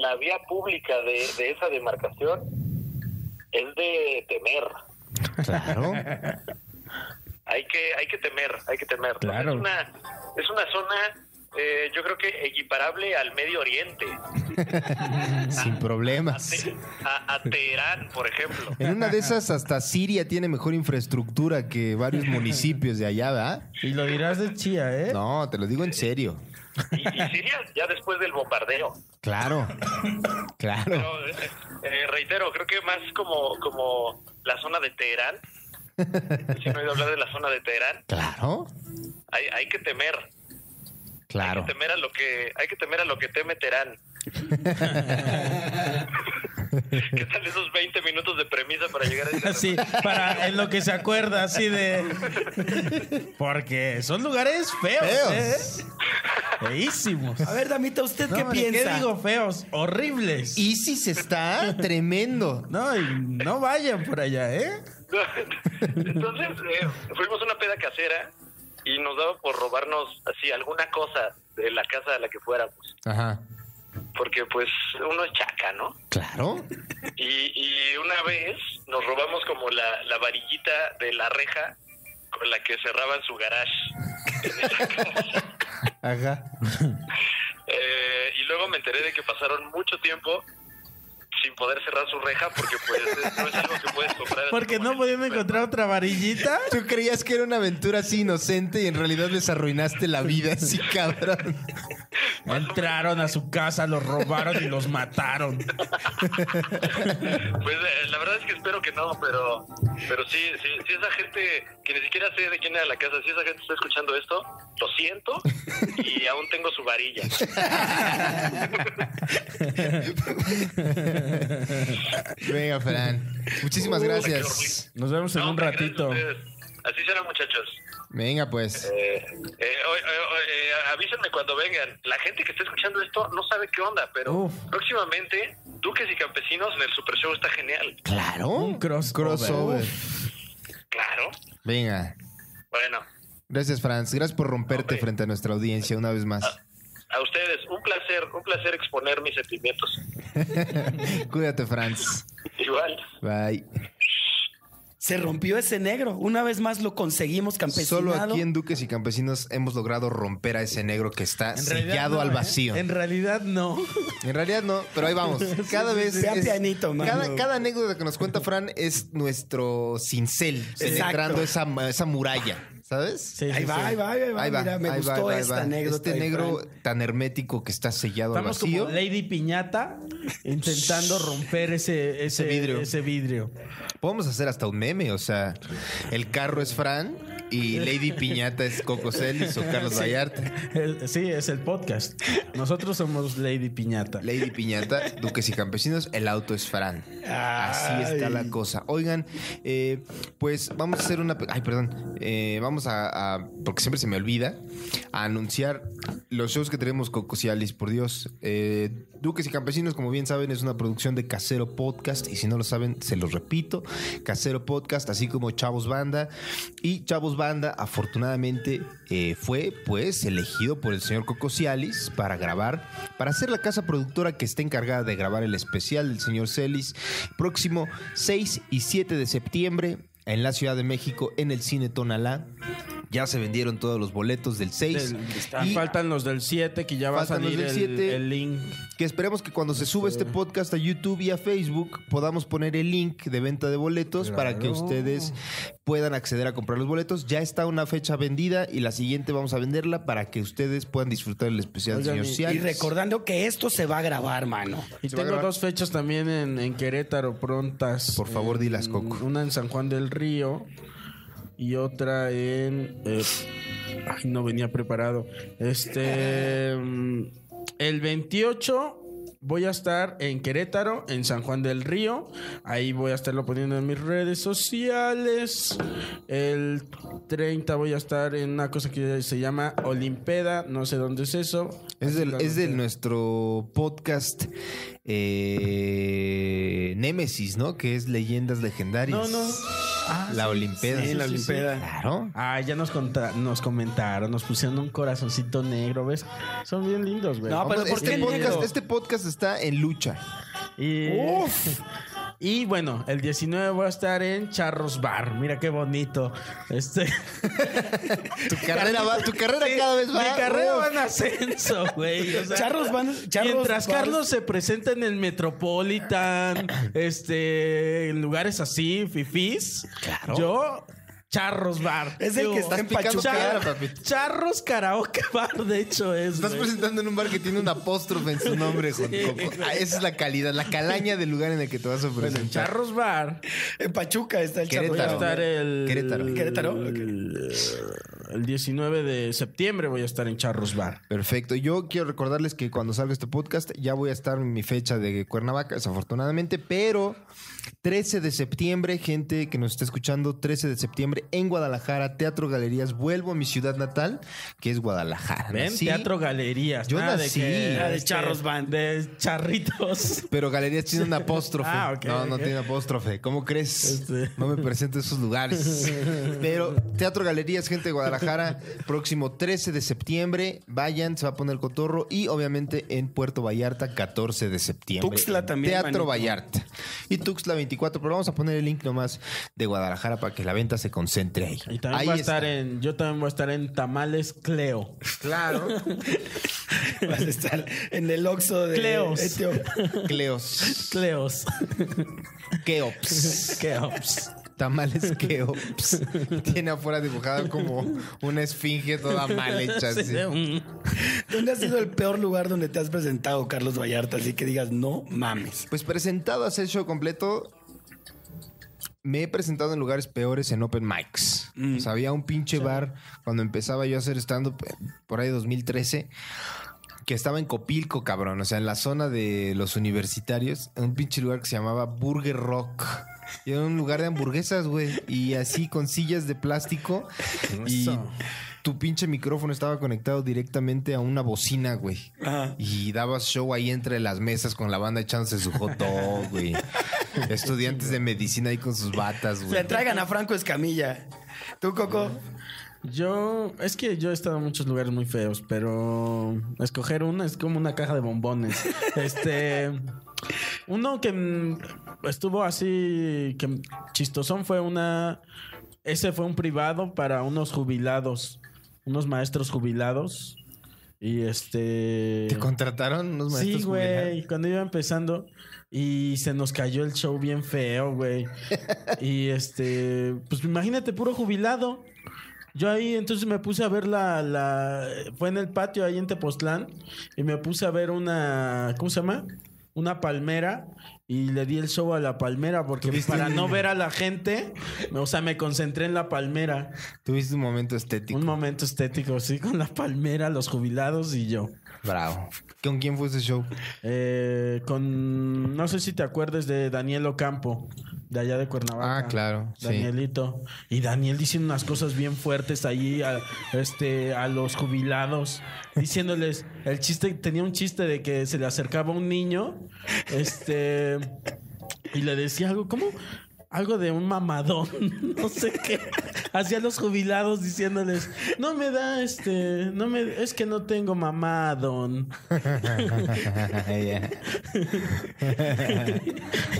[SPEAKER 6] la vía pública de, de esa demarcación es de temer.
[SPEAKER 2] Claro.
[SPEAKER 6] Hay que, hay que temer, hay que temer.
[SPEAKER 1] Claro.
[SPEAKER 6] Es una, es una zona, eh, yo creo que equiparable al Medio Oriente.
[SPEAKER 2] Sin
[SPEAKER 6] A,
[SPEAKER 2] problemas.
[SPEAKER 6] Te- a- a Teherán, por ejemplo.
[SPEAKER 2] En una de esas, hasta Siria tiene mejor infraestructura que varios municipios de allá, ¿verdad?
[SPEAKER 1] Y lo dirás de chía, ¿eh?
[SPEAKER 2] No, te lo digo en serio.
[SPEAKER 6] Y, y Siria ya después del bombardeo.
[SPEAKER 2] Claro. Claro.
[SPEAKER 6] Pero, eh, eh, reitero, creo que más como, como la zona de Teherán. Si no he oído hablar de la zona de Teherán,
[SPEAKER 2] Claro.
[SPEAKER 6] hay, hay que temer.
[SPEAKER 2] Claro.
[SPEAKER 6] Hay que temer a lo que, hay que temer a lo que teme Teherán. ¿Qué tal esos 20 minutos de premisa para llegar a ese
[SPEAKER 1] Así, para en lo que se acuerda, así de. Porque son lugares feos,
[SPEAKER 2] Feos.
[SPEAKER 1] ¿eh? Feísimos.
[SPEAKER 4] A ver, Damita, ¿usted
[SPEAKER 1] No,
[SPEAKER 4] qué
[SPEAKER 1] hombre,
[SPEAKER 4] piensa?
[SPEAKER 1] ¿Qué digo feos? Horribles.
[SPEAKER 2] ISIS está tremendo.
[SPEAKER 1] No, y no vayan por allá, ¿eh?
[SPEAKER 6] Entonces, eh, fuimos a una peda casera y nos daba por robarnos así alguna cosa de la casa a la que fuéramos.
[SPEAKER 2] Ajá.
[SPEAKER 6] Porque pues uno es chaca, ¿no?
[SPEAKER 2] Claro.
[SPEAKER 6] Y, y una vez nos robamos como la, la varillita de la reja con la que cerraban su garage.
[SPEAKER 2] Ajá.
[SPEAKER 6] Eh, y luego me enteré de que pasaron mucho tiempo sin poder cerrar su reja porque pues es- no es algo que puedes comprar. así
[SPEAKER 1] Porque
[SPEAKER 6] como en
[SPEAKER 1] no
[SPEAKER 6] el
[SPEAKER 1] podían
[SPEAKER 6] súper.
[SPEAKER 1] encontrar otra varillita.
[SPEAKER 2] Tú creías que era una aventura así inocente y en realidad les arruinaste la vida así, cabrón.
[SPEAKER 1] Entraron a su casa, los robaron y los mataron.
[SPEAKER 6] Pues eh, la verdad es que espero que no, pero pero sí, sí, si esa gente que ni siquiera sé de quién era la casa, si esa gente está escuchando esto, lo siento y aún tengo su varilla.
[SPEAKER 2] Venga, Fran. Muchísimas
[SPEAKER 6] Uy,
[SPEAKER 2] gracias.
[SPEAKER 1] Nos vemos en
[SPEAKER 6] No,
[SPEAKER 1] un
[SPEAKER 6] hombre, gracias a
[SPEAKER 1] ratito.
[SPEAKER 6] ustedes. Así será, muchachos.
[SPEAKER 2] Venga, pues.
[SPEAKER 6] Eh, eh, oye, oye, oye, eh, avísenme cuando vengan. La gente que está escuchando esto no sabe qué onda, pero
[SPEAKER 1] Uf.
[SPEAKER 6] próximamente Duques y Campesinos en el Super Show está genial.
[SPEAKER 2] Claro.
[SPEAKER 1] Un crossover.
[SPEAKER 6] Claro.
[SPEAKER 2] Venga.
[SPEAKER 6] Bueno,
[SPEAKER 2] Gracias, Franz. Gracias por romperte
[SPEAKER 6] Hombre.
[SPEAKER 2] frente a nuestra audiencia una vez más.
[SPEAKER 6] a ustedes, un placer, un placer exponer mis sentimientos.
[SPEAKER 2] Cuídate, Franz.
[SPEAKER 6] Igual.
[SPEAKER 2] Bye.
[SPEAKER 4] Se rompió ese negro. Una vez más lo conseguimos, campesinado.
[SPEAKER 2] Solo aquí en Duques y Campesinos hemos logrado romper a ese negro que está
[SPEAKER 1] En realidad
[SPEAKER 2] sellado
[SPEAKER 1] no,
[SPEAKER 2] al
[SPEAKER 1] ¿eh?
[SPEAKER 2] vacío.
[SPEAKER 1] En realidad no.
[SPEAKER 2] En realidad no, pero ahí vamos. Cada vez.
[SPEAKER 4] Sea pianito, mano.
[SPEAKER 2] cada, cada anécdota que nos cuenta Fran es nuestro cincel penetrando esa, esa muralla, ¿sabes?
[SPEAKER 1] Sí,
[SPEAKER 4] Ahí
[SPEAKER 1] sí,
[SPEAKER 4] va,
[SPEAKER 1] sí.
[SPEAKER 4] ahí va, ahí va. Mira, me
[SPEAKER 2] ahí va,
[SPEAKER 4] gustó
[SPEAKER 2] ahí va,
[SPEAKER 4] esta
[SPEAKER 2] ahí va.
[SPEAKER 4] anécdota.
[SPEAKER 2] Este
[SPEAKER 4] de
[SPEAKER 2] negro
[SPEAKER 4] Fran.
[SPEAKER 2] tan hermético que está sellado
[SPEAKER 1] Estamos
[SPEAKER 2] al vacío.
[SPEAKER 1] como Lady Piñata intentando romper ese, ese,
[SPEAKER 2] Ese vidrio.
[SPEAKER 1] vidrio. ese vidrio.
[SPEAKER 2] Podemos hacer hasta un meme, o sea, el carro es Fran y Lady Piñata es Coco Celis o Carlos Vallarta.
[SPEAKER 1] El- sí, es el podcast. Nosotros somos Lady Piñata.
[SPEAKER 2] Lady Piñata, Duques y Campesinos, el auto es Fran. Así está la cosa. Oigan, eh, pues vamos a hacer una. Ay, perdón. Eh, vamos a, a- Porque siempre se me olvida. A anunciar los shows que tenemos con Cocialis, por Dios. Eh, Duques y Campesinos, como bien saben, es una producción de Casero Podcast. Y si no lo saben, se los repito. Casero Podcast, así como Chavos Banda. Y Chavos Banda. banda, afortunadamente, eh, fue pues elegido por el señor Coco Cialis para grabar, para ser la casa productora que está encargada de grabar el especial del señor Celis, próximo 6 y 7 de septiembre en la Ciudad de México, en el Cine Tonalá. Ya se vendieron todos los boletos del 6.
[SPEAKER 1] Del-
[SPEAKER 2] y-
[SPEAKER 1] faltan los del 7, que ya va a
[SPEAKER 2] Faltan los
[SPEAKER 1] salir
[SPEAKER 2] del
[SPEAKER 1] el,
[SPEAKER 2] siete.
[SPEAKER 1] el link.
[SPEAKER 2] que esperemos que cuando se suba este podcast a YouTube y a Facebook podamos poner el link de venta de boletos para que ustedes puedan acceder a comprar los boletos. Ya está una fecha vendida y la siguiente vamos a venderla para que ustedes puedan disfrutar el especial del
[SPEAKER 1] Oigan,
[SPEAKER 2] señor
[SPEAKER 1] y-
[SPEAKER 2] Cialis.
[SPEAKER 4] Y recordando que esto se va a grabar, mano.
[SPEAKER 1] Y
[SPEAKER 2] Se va a
[SPEAKER 1] tengo
[SPEAKER 2] grabar.
[SPEAKER 1] dos fechas también en, en Querétaro prontas.
[SPEAKER 2] Por favor,
[SPEAKER 1] En-
[SPEAKER 2] dilas, Coco.
[SPEAKER 1] Una en San Juan del Río y otra en. eh, ay, no venía preparado. Este. mm, El 28. Voy a estar en Querétaro, en San Juan del Río. Ahí voy a estarlo poniendo en mis redes sociales. El 30 voy a estar en una cosa que se llama Olimpeda. No sé dónde es eso.
[SPEAKER 2] Es del, es del
[SPEAKER 1] Olimpeda.
[SPEAKER 2] nuestro podcast eh, Némesis, ¿no? Que es Leyendas Legendarias.
[SPEAKER 1] No, no.
[SPEAKER 2] la Olimpeda.
[SPEAKER 4] Ah, sí, la Olimpeda.
[SPEAKER 2] Claro.
[SPEAKER 1] Ah, ya nos, conta- nos comentaron, nos pusieron un corazoncito negro, ¿ves? Son bien lindos, güey.
[SPEAKER 4] No, pero
[SPEAKER 2] Vamos,
[SPEAKER 4] ¿por qué
[SPEAKER 2] este,
[SPEAKER 4] negro?
[SPEAKER 2] podcast, este podcast está en lucha.
[SPEAKER 1] y, y bueno, el 19 voy a estar en Charros Bar. Mira qué bonito. Este,
[SPEAKER 2] Tu carrera va, tu carrera cada vez va.
[SPEAKER 1] mi carrera
[SPEAKER 2] Uf.
[SPEAKER 1] va en ascenso, güey. o sea,
[SPEAKER 4] Charros van. Charros
[SPEAKER 1] Mientras
[SPEAKER 4] van-
[SPEAKER 1] Carlos se presenta en el Metropolitan, este, en lugares así, fifís, yo Charros Bar.
[SPEAKER 4] Es el
[SPEAKER 1] Digo,
[SPEAKER 4] que está en
[SPEAKER 2] Estás picando
[SPEAKER 4] Pachuca.
[SPEAKER 2] piedra, papi.
[SPEAKER 1] Charros Karaoke Bar, de hecho es.
[SPEAKER 2] Estás
[SPEAKER 1] güey.
[SPEAKER 2] presentando en un bar que tiene un apóstrofe en su nombre, Juan Coco. Ah, esa es la calidad, la calaña del lugar en el que te vas a
[SPEAKER 1] Bueno, en
[SPEAKER 2] presentar.
[SPEAKER 1] Charros Bar.
[SPEAKER 4] En Pachuca está el
[SPEAKER 1] Voy a
[SPEAKER 2] Querétaro.
[SPEAKER 4] Charros.
[SPEAKER 1] estar el.
[SPEAKER 2] Querétaro.
[SPEAKER 4] Querétaro, ok.
[SPEAKER 1] El, el 19 de septiembre voy a estar en Charros Bar.
[SPEAKER 2] Perfecto. Yo quiero recordarles que cuando salga este podcast ya voy a estar en mi fecha de Cuernavaca, desafortunadamente, pero 13 de septiembre, gente que nos está escuchando, 13 de septiembre en Guadalajara, Teatro Galerías, vuelvo a mi ciudad natal, que es Guadalajara.
[SPEAKER 1] Ven,
[SPEAKER 2] Ah, Nací,
[SPEAKER 1] Teatro Galerías.
[SPEAKER 2] Yo
[SPEAKER 1] nada
[SPEAKER 2] nací.
[SPEAKER 1] De, que-
[SPEAKER 4] Ah, de
[SPEAKER 1] este,
[SPEAKER 4] Charros Bar.
[SPEAKER 1] De charritos.
[SPEAKER 2] Pero Galerías tiene un apóstrofe.
[SPEAKER 1] Ah, ok,
[SPEAKER 2] no, no
[SPEAKER 1] ok.
[SPEAKER 2] tiene apóstrofe. ¿Cómo crees?
[SPEAKER 1] Este.
[SPEAKER 2] No me presento en esos lugares. Pero Teatro Galerías, gente de Guadalajara, próximo 13 de septiembre. Vayan, se va a poner el cotorro. Y obviamente en Puerto Vallarta, 14 de septiembre.
[SPEAKER 4] Tuxtla
[SPEAKER 2] en
[SPEAKER 4] también,
[SPEAKER 2] Teatro
[SPEAKER 4] manito.
[SPEAKER 2] Vallarta. Y Tuxtla 24. Pero vamos a poner el link nomás de Guadalajara para que la venta se concentre ahí.
[SPEAKER 1] Y también
[SPEAKER 2] Ahí
[SPEAKER 1] voy a estar
[SPEAKER 2] está.
[SPEAKER 1] en. Yo también voy a estar en Tamales Cleo.
[SPEAKER 2] Claro.
[SPEAKER 4] Vas a estar en el Oxxo de
[SPEAKER 1] Cleos.
[SPEAKER 4] Etio-
[SPEAKER 2] Cleos.
[SPEAKER 1] Cleos.
[SPEAKER 2] Keops.
[SPEAKER 1] Cleops.
[SPEAKER 2] Tamales que ups, tiene afuera dibujado como una esfinge toda mal hecha. así.
[SPEAKER 4] ¿Dónde ha sido el peor lugar donde te has presentado, Carlos Vallarta? Así que digas, no mames.
[SPEAKER 2] Pues presentado a hacer show completo, me he presentado en lugares peores en open mics. O sea, había un pinche bar cuando empezaba yo a hacer stand-up eh, por ahí 2013 que estaba en Copilco, cabrón. O sea, en la zona de los universitarios, en un pinche lugar que se llamaba Burger Rock. Y era un lugar de hamburguesas, güey. Y así con sillas de plástico. Y tu pinche micrófono estaba conectado directamente a una bocina, güey. Y dabas show ahí entre las mesas con la banda echándose su hot dog, güey. Estudiantes de medicina ahí con sus batas, güey.
[SPEAKER 4] Se traigan a Franco Escamilla. ¿Tú, Coco?
[SPEAKER 1] Yo, es que yo he estado en muchos lugares muy feos, pero escoger una es como una caja de bombones. Este, uno que mm, estuvo así, que chistosón fue una, ese fue un privado para unos jubilados, unos maestros jubilados. Y este...
[SPEAKER 2] ¿Te contrataron unos maestros?
[SPEAKER 1] Sí, güey,
[SPEAKER 2] jubilados?
[SPEAKER 1] cuando iba empezando y se nos cayó el show bien feo, güey. y este, pues imagínate, puro jubilado. Yo ahí entonces me puse a ver la, la, fue en el patio ahí en Tepoztlán y me puse a ver una, ¿cómo se llama? Una palmera y le di el show a la palmera porque
[SPEAKER 2] Tuviste
[SPEAKER 1] para
[SPEAKER 2] un-
[SPEAKER 1] no ver a la gente, o sea, me concentré en la palmera.
[SPEAKER 2] Tuviste un momento estético.
[SPEAKER 1] Un momento estético, sí, con la palmera, los jubilados y yo.
[SPEAKER 2] Bravo. ¿Con quién fue ese show?
[SPEAKER 1] Eh, con no sé si te acuerdes de Daniel Ocampo, de allá de Cuernavaca.
[SPEAKER 2] Ah, claro, sí.
[SPEAKER 1] Danielito. Y Daniel diciendo unas cosas bien fuertes ahí a, este, a los jubilados, diciéndoles, el chiste, tenía un chiste de que se le acercaba un niño, este, y le decía algo, ¿cómo? algo de un mamadón, no sé qué, hacia los jubilados diciéndoles, no me da este, no me, es que no tengo mamadón.
[SPEAKER 2] Ya.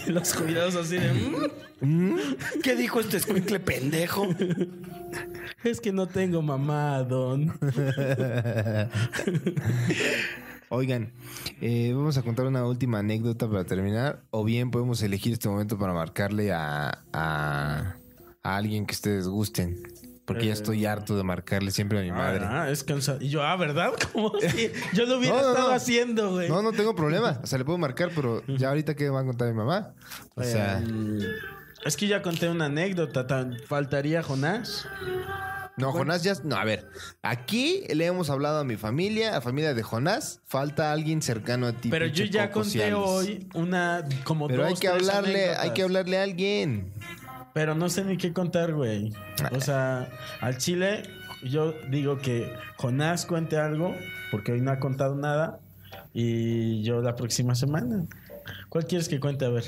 [SPEAKER 1] los jubilados así de, "Mm,
[SPEAKER 4] ¿Qué dijo este escuincle pendejo?
[SPEAKER 1] es que no tengo mamadón.
[SPEAKER 2] Oigan, eh, vamos a contar una última anécdota para terminar, o bien podemos elegir este momento para marcarle a, a- a alguien que ustedes gusten, porque ya estoy harto de marcarle siempre a mi madre.
[SPEAKER 1] Eh. Ah, es cansado. Y yo, ah, ¿verdad? Como si yo lo hubiera
[SPEAKER 2] No, no,
[SPEAKER 1] estado
[SPEAKER 2] no.
[SPEAKER 1] haciendo, güey.
[SPEAKER 2] No, no tengo problema, o sea, le puedo marcar, pero ya ahorita que va a contar mi mamá. O sea,
[SPEAKER 1] Mm, Es que ya conté una anécdota. tan- ¿Faltaría Jonás?
[SPEAKER 2] no, Jonás ya... No, a ver, aquí le hemos hablado a mi familia, a familia de Jonás, falta alguien cercano a ti.
[SPEAKER 1] Pero yo
[SPEAKER 2] pinche
[SPEAKER 1] ya
[SPEAKER 2] Coco
[SPEAKER 1] conté
[SPEAKER 2] Ciales.
[SPEAKER 1] hoy una como
[SPEAKER 2] Pero
[SPEAKER 1] dos,
[SPEAKER 2] hay que
[SPEAKER 1] tres
[SPEAKER 2] hablarle, hay
[SPEAKER 1] anécdotas.
[SPEAKER 2] que hablarle a alguien.
[SPEAKER 1] Pero no sé ni qué contar, güey. O sea, al chile yo digo que Jonás cuente algo porque hoy no ha contado nada y yo la próxima semana. ¿Cuál quieres que cuente? A ver.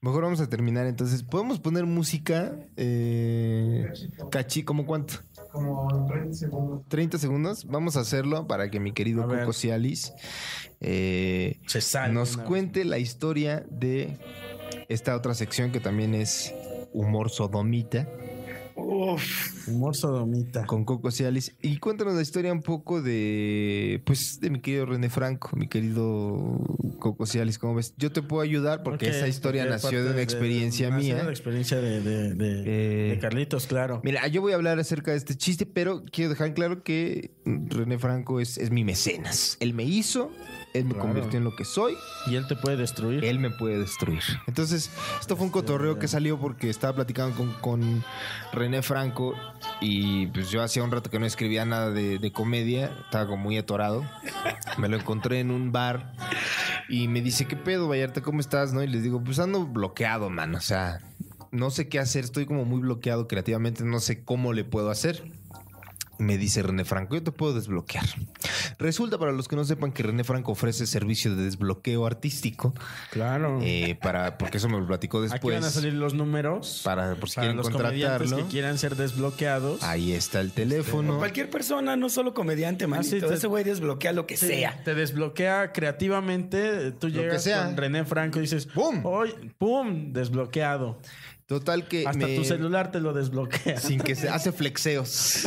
[SPEAKER 2] Mejor vamos a terminar entonces. ¿Podemos poner música? Eh, cachí, ¿cómo cuánto? Como 30 segundos. 30 segundos. Vamos a hacerlo para que mi querido
[SPEAKER 1] A ver.
[SPEAKER 2] Coco Cialis eh,
[SPEAKER 1] Se sale
[SPEAKER 2] nos
[SPEAKER 1] una vez.
[SPEAKER 2] cuente la historia de esta otra sección que también es humor sodomita
[SPEAKER 4] Uf,
[SPEAKER 1] Humor sodomita.
[SPEAKER 2] con Coco Cialis. Y cuéntanos la historia un poco de, pues, de mi querido René Franco, mi querido Coco Cialis. ¿Cómo ves? Yo te puedo ayudar porque
[SPEAKER 1] Ok,
[SPEAKER 2] esa historia
[SPEAKER 1] porque
[SPEAKER 2] nació
[SPEAKER 1] parte
[SPEAKER 2] de una experiencia
[SPEAKER 1] nació
[SPEAKER 2] mía.
[SPEAKER 1] de la experiencia de, de- de-
[SPEAKER 2] Eh,
[SPEAKER 1] de Carlitos, claro.
[SPEAKER 2] Mira, yo voy a hablar acerca de este chiste, pero quiero dejar en claro que René Franco es, es mi mecenas. Él me hizo, él me
[SPEAKER 1] Claro.
[SPEAKER 2] convirtió en lo que soy,
[SPEAKER 1] Y él te puede destruir.
[SPEAKER 2] él me puede destruir. Entonces, esto fue un cotorreo que salió porque estaba platicando con, con René Franco y pues yo hacía un rato que no escribía nada de, de comedia, estaba como muy atorado. Me lo encontré en un bar y me dice, ¿qué pedo, Vallarta? ¿Cómo estás? ¿No? Y les digo, pues ando bloqueado, man. O sea, no sé qué hacer, estoy como muy bloqueado creativamente, no sé cómo le puedo hacer. Y Me dice René Franco, yo te puedo desbloquear. Resulta, para los que no sepan, que René Franco ofrece servicio de desbloqueo artístico,
[SPEAKER 1] Claro.
[SPEAKER 2] eh, para, porque eso me lo platicó
[SPEAKER 1] Aquí van a
[SPEAKER 2] después,
[SPEAKER 1] salir los números
[SPEAKER 2] para por si
[SPEAKER 1] para
[SPEAKER 2] quieren
[SPEAKER 1] los comediantes
[SPEAKER 2] contratarlo.
[SPEAKER 1] que quieran ser desbloqueados.
[SPEAKER 2] Ahí está el teléfono.
[SPEAKER 4] cualquier persona, no solo comediante, manito.
[SPEAKER 1] Ah, sí, te-
[SPEAKER 4] Ese güey desbloquea lo que
[SPEAKER 1] Sí,
[SPEAKER 4] sea.
[SPEAKER 1] Te desbloquea creativamente. Tú
[SPEAKER 2] Lo que
[SPEAKER 1] llegas
[SPEAKER 2] sea.
[SPEAKER 1] con René Franco y dices,
[SPEAKER 2] ¡Pum!
[SPEAKER 1] Hoy, ¡Pum! Desbloqueado.
[SPEAKER 2] Total que
[SPEAKER 1] Hasta
[SPEAKER 2] Eh, me-
[SPEAKER 1] tu celular te lo desbloquea.
[SPEAKER 2] sin que se hace flexeos.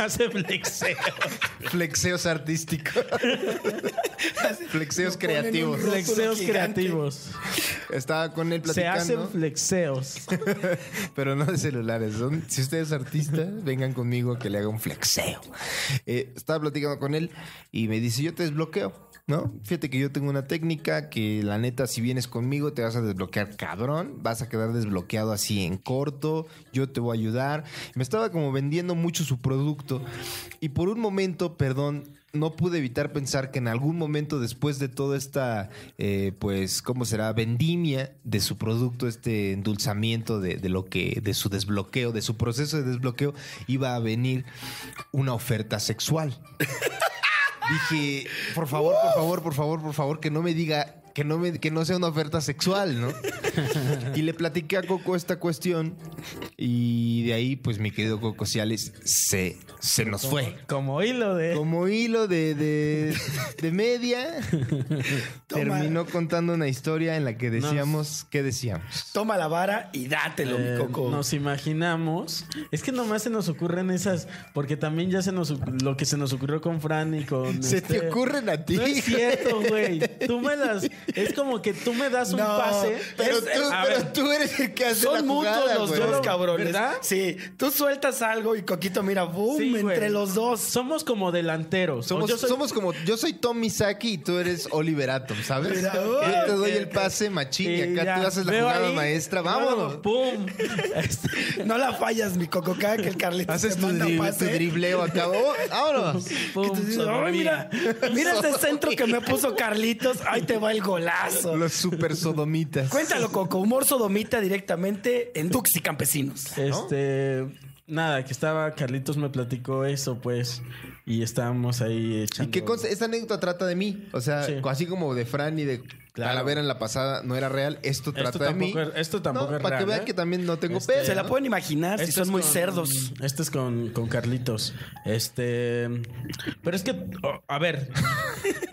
[SPEAKER 1] Hace flexeo.
[SPEAKER 2] Flexeos artísticos. flexeos
[SPEAKER 4] ponen un
[SPEAKER 2] creativos.
[SPEAKER 4] Rótulo
[SPEAKER 1] Flexeos
[SPEAKER 4] gigante.
[SPEAKER 1] creativos.
[SPEAKER 2] Estaba con él
[SPEAKER 1] Se hacen
[SPEAKER 2] platicando,
[SPEAKER 1] flexeos.
[SPEAKER 2] pero no de celulares. Son- si usted es artista, vengan conmigo que le haga un flexeo. Eh, estaba platicando con él y me dice, yo te desbloqueo. ¿No? Fíjate que yo tengo una técnica que la neta, si vienes conmigo, te vas a desbloquear cabrón, vas a quedar desbloqueado así en corto, yo te voy a ayudar. Me estaba como vendiendo mucho su producto y por un momento, perdón, no pude evitar pensar que en algún momento después de toda esta, eh, pues, ¿cómo será? Vendimia de su producto, este endulzamiento de, de lo que, de su desbloqueo, de su proceso de desbloqueo, iba a venir una oferta sexual. Dije, por favor, por favor, por favor, por favor, que no me diga, que no, me, que no sea una oferta sexual, ¿no? Y le platiqué a Coco esta cuestión y de ahí, pues, mi querido Coco Ciales se, se nos fue
[SPEAKER 1] Como hilo de.
[SPEAKER 2] como hilo de, de, de media, terminó contando una historia en la que decíamos, ¿qué decíamos?
[SPEAKER 4] Toma la vara y dátelo,
[SPEAKER 1] Eh,
[SPEAKER 4] mi coco.
[SPEAKER 1] Nos imaginamos. Es que nomás se nos ocurren esas. Porque también ya se nos ocu- lo que se nos ocurrió con Fran y con.
[SPEAKER 2] Se te ocurren a ti.
[SPEAKER 1] No es cierto, güey. Tú me las. Es como que tú me das un
[SPEAKER 4] No,
[SPEAKER 1] pase.
[SPEAKER 2] Pero,
[SPEAKER 1] Es-
[SPEAKER 2] tú,
[SPEAKER 1] a
[SPEAKER 2] pero
[SPEAKER 1] ver,
[SPEAKER 2] tú eres el que hace la
[SPEAKER 4] Son
[SPEAKER 2] jugada,
[SPEAKER 4] mutuos los
[SPEAKER 2] güey.
[SPEAKER 4] dos, cabrones.
[SPEAKER 1] ¿Verdad?
[SPEAKER 4] Sí, tú sueltas algo y Coquito mira, boom,
[SPEAKER 1] sí, güey.
[SPEAKER 4] entre los dos.
[SPEAKER 1] Somos como delanteros. O
[SPEAKER 2] Somos,
[SPEAKER 1] Pues yo soy-
[SPEAKER 2] somos como, yo soy Tommy Saki y tú eres Oliver Atom, ¿sabes?
[SPEAKER 4] Mira,
[SPEAKER 2] yo te doy
[SPEAKER 1] ok,
[SPEAKER 2] el pase machín y
[SPEAKER 1] y
[SPEAKER 2] acá
[SPEAKER 1] ya,
[SPEAKER 2] tú haces la
[SPEAKER 1] veo
[SPEAKER 2] jugada
[SPEAKER 1] ahí,
[SPEAKER 2] maestra,
[SPEAKER 1] y luego,
[SPEAKER 2] vámonos.
[SPEAKER 1] ¡Pum! Este,
[SPEAKER 4] No la fallas, mi coco. Cada que el Carlitos
[SPEAKER 2] Haces
[SPEAKER 4] te
[SPEAKER 2] tu,
[SPEAKER 4] manda
[SPEAKER 2] drib-
[SPEAKER 4] pase,
[SPEAKER 2] tu dribleo acá, oh, vámonos.
[SPEAKER 1] ¡Pum!
[SPEAKER 4] que tú dices,
[SPEAKER 1] sobre
[SPEAKER 4] "Ay,
[SPEAKER 1] mí.
[SPEAKER 4] mira, mira este centro que me puso Carlitos. Ahí te va el golazo.
[SPEAKER 2] Los super sodomitas.
[SPEAKER 4] Cuéntalo, Coco. Humor sodomita directamente en Dux y Campesinos.
[SPEAKER 1] Este. Nada, que estaba. Carlitos me platicó eso, pues. Y estábamos ahí
[SPEAKER 2] ¿Y
[SPEAKER 1] echando.
[SPEAKER 2] qué consta? Esta anécdota trata de mí. O sea,
[SPEAKER 1] Sí.
[SPEAKER 2] así como de Fran y de Talavera en la pasada no era real. Esto trata de mí.
[SPEAKER 1] tampoco es- esto tampoco es
[SPEAKER 2] Para
[SPEAKER 1] real,
[SPEAKER 2] que vean
[SPEAKER 1] ¿eh?
[SPEAKER 2] que también no tengo
[SPEAKER 1] Este-
[SPEAKER 2] pedo.
[SPEAKER 4] Se la
[SPEAKER 2] ¿no?
[SPEAKER 4] pueden imaginar si
[SPEAKER 1] Esto
[SPEAKER 4] Ah, son
[SPEAKER 1] es
[SPEAKER 4] muy
[SPEAKER 1] con-
[SPEAKER 4] cerdos.
[SPEAKER 1] Este es con, con Carlitos. Este. Pero es que. oh, a ver.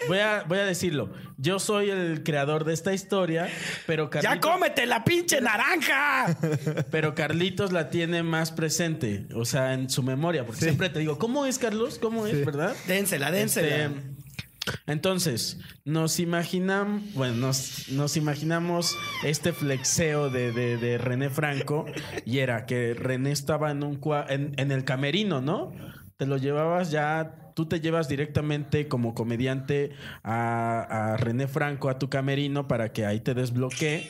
[SPEAKER 1] Voy a, voy a decirlo. Yo soy el creador de esta historia, pero Carlitos.
[SPEAKER 4] ¡Ya cómete la pinche naranja!
[SPEAKER 1] Pero Carlitos la tiene más presente, o sea, en su memoria, porque siempre te digo, ¿cómo es Carlos? ¿Cómo es, verdad?
[SPEAKER 4] dénsela, dénsela.
[SPEAKER 1] Este, entonces, nos imaginamos, bueno, nos, nos imaginamos este flexeo de, de- de René Franco y era que René estaba en un cua- en, en el camerino, ¿no? Te lo llevabas ya, tú te llevas directamente como comediante a, a René Franco a tu camerino para que ahí te desbloquee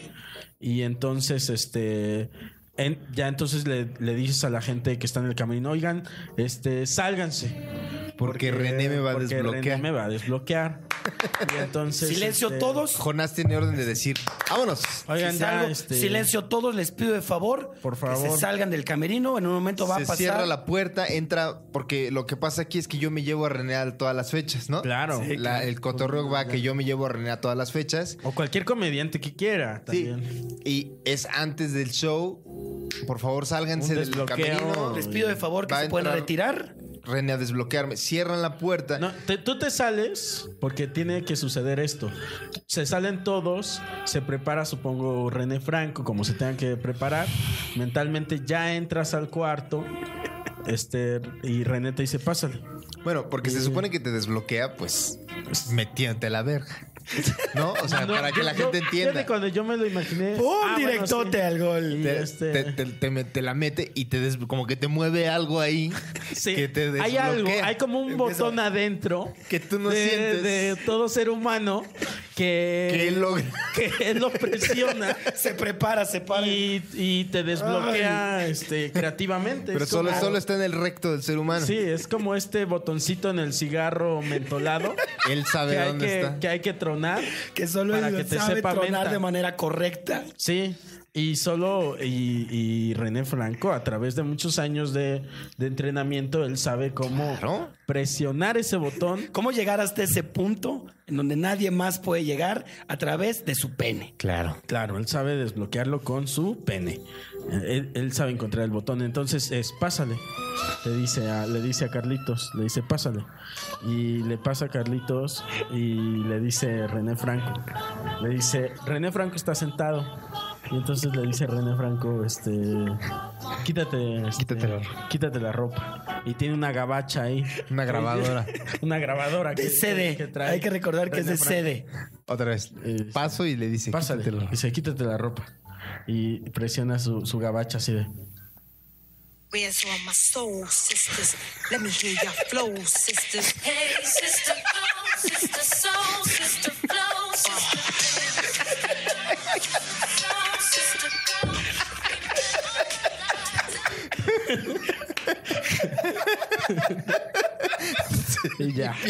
[SPEAKER 1] y entonces este en- ya entonces le, le dices a la gente que está en el camerino, oigan, este, sálganse.
[SPEAKER 2] Porque René me va a
[SPEAKER 1] porque
[SPEAKER 2] desbloquear.
[SPEAKER 1] René me va a desbloquear. Y entonces,
[SPEAKER 4] Silencio
[SPEAKER 1] este,
[SPEAKER 4] todos.
[SPEAKER 2] Jonás tiene orden de decir, vámonos.
[SPEAKER 1] Oigan,
[SPEAKER 4] Si
[SPEAKER 1] ya,
[SPEAKER 4] salgo-
[SPEAKER 1] este,
[SPEAKER 4] Silencio todos, les pido de favor,
[SPEAKER 1] Por
[SPEAKER 4] que
[SPEAKER 1] favor.
[SPEAKER 4] se salgan del camerino. En un momento va a
[SPEAKER 2] Se
[SPEAKER 4] pasar.
[SPEAKER 2] cierra la puerta, entra, porque lo que pasa aquí es que yo me llevo a René a todas las fechas, ¿no?
[SPEAKER 1] Claro.
[SPEAKER 2] La- el cotorreo va que yo me llevo a René a todas las fechas.
[SPEAKER 1] O cualquier comediante que quiera
[SPEAKER 2] Sí.
[SPEAKER 1] también.
[SPEAKER 2] Y es antes del show. Por favor, sálganse
[SPEAKER 1] Un
[SPEAKER 2] del
[SPEAKER 1] desbloqueo.
[SPEAKER 2] camerino.
[SPEAKER 4] Les pido de favor que
[SPEAKER 2] Va a
[SPEAKER 4] se puedan
[SPEAKER 2] entrar-
[SPEAKER 4] retirar.
[SPEAKER 2] René a desbloquearme. Cierran la puerta.
[SPEAKER 1] No, te- tú te sales porque tiene que suceder esto. Se salen todos, se prepara, supongo, René Franco, como se tengan que preparar. Mentalmente ya entras al cuarto. Este, y René te dice, pásale.
[SPEAKER 2] Bueno, porque se supone que te desbloquea, pues, metiéndote a la verga. ¿No? O sea,
[SPEAKER 1] No,
[SPEAKER 2] Ah, para que
[SPEAKER 1] yo-
[SPEAKER 2] la
[SPEAKER 1] yo-
[SPEAKER 2] gente entienda.
[SPEAKER 1] fíjate, cuando yo me lo imaginé.
[SPEAKER 4] ¡Pum!
[SPEAKER 1] ah, bueno,
[SPEAKER 4] directote
[SPEAKER 1] sí.
[SPEAKER 4] al gol.
[SPEAKER 1] Y
[SPEAKER 2] Te,
[SPEAKER 1] este-
[SPEAKER 2] te- te- te me- te la mete y te des- como que te mueve algo ahí
[SPEAKER 1] Sí,
[SPEAKER 2] que te desbloquea.
[SPEAKER 1] hay algo, hay como un
[SPEAKER 2] Empieza-
[SPEAKER 1] botón adentro
[SPEAKER 2] Que tú no
[SPEAKER 1] de,
[SPEAKER 2] sientes.
[SPEAKER 1] de todo ser humano que,
[SPEAKER 2] que él logra.
[SPEAKER 1] que él lo presiona
[SPEAKER 4] Se prepara, se para.
[SPEAKER 1] y, y te desbloquea este, creativamente.
[SPEAKER 2] Pero
[SPEAKER 1] Es
[SPEAKER 2] solo,
[SPEAKER 1] como-
[SPEAKER 2] solo está en el recto del ser humano.
[SPEAKER 1] Sí, es como este botoncito en el cigarro mentolado
[SPEAKER 2] Él
[SPEAKER 1] que,
[SPEAKER 2] sabe
[SPEAKER 1] hay
[SPEAKER 2] dónde
[SPEAKER 1] que,
[SPEAKER 2] está.
[SPEAKER 1] que hay que tronar.
[SPEAKER 4] Que solo
[SPEAKER 1] Para
[SPEAKER 4] él
[SPEAKER 1] que te
[SPEAKER 4] sabe
[SPEAKER 1] sepa
[SPEAKER 4] tronar
[SPEAKER 1] menta.
[SPEAKER 4] de manera correcta.
[SPEAKER 1] Sí, y solo, y, y René Franco, a través de muchos años de, de entrenamiento, él sabe cómo
[SPEAKER 2] Claro.
[SPEAKER 1] presionar ese botón.
[SPEAKER 4] ¿Cómo llegar hasta ese punto en donde nadie más puede llegar a través de su pene?
[SPEAKER 2] Claro.
[SPEAKER 1] Claro, él sabe desbloquearlo con su pene. Él, él sabe encontrar el botón. Entonces es pásale. Le dice, a, le dice a Carlitos, le dice pásale. Y le pasa a Carlitos y le dice René Franco. Le dice, René Franco está sentado. Y entonces le dice René Franco, este, quítate, este,
[SPEAKER 2] Quítate la ropa.
[SPEAKER 1] quítate la ropa. Y tiene una gabacha ahí.
[SPEAKER 2] Una grabadora.
[SPEAKER 1] Una grabadora.
[SPEAKER 4] De sede. Hay que recordar que es de sede.
[SPEAKER 2] Otra vez.
[SPEAKER 1] Eh,
[SPEAKER 2] Paso y le dice.
[SPEAKER 1] Pásale.
[SPEAKER 2] "Quítatelo".
[SPEAKER 1] Dice, quítate la ropa. Y presiona su, su gabacha así de.
[SPEAKER 7] Where's all my soul sisters? Let me hear your flow, sisters. Hey, sister, flow, sister, soul, sister, flow, sister. Flow, sister, flow.
[SPEAKER 1] Y ya.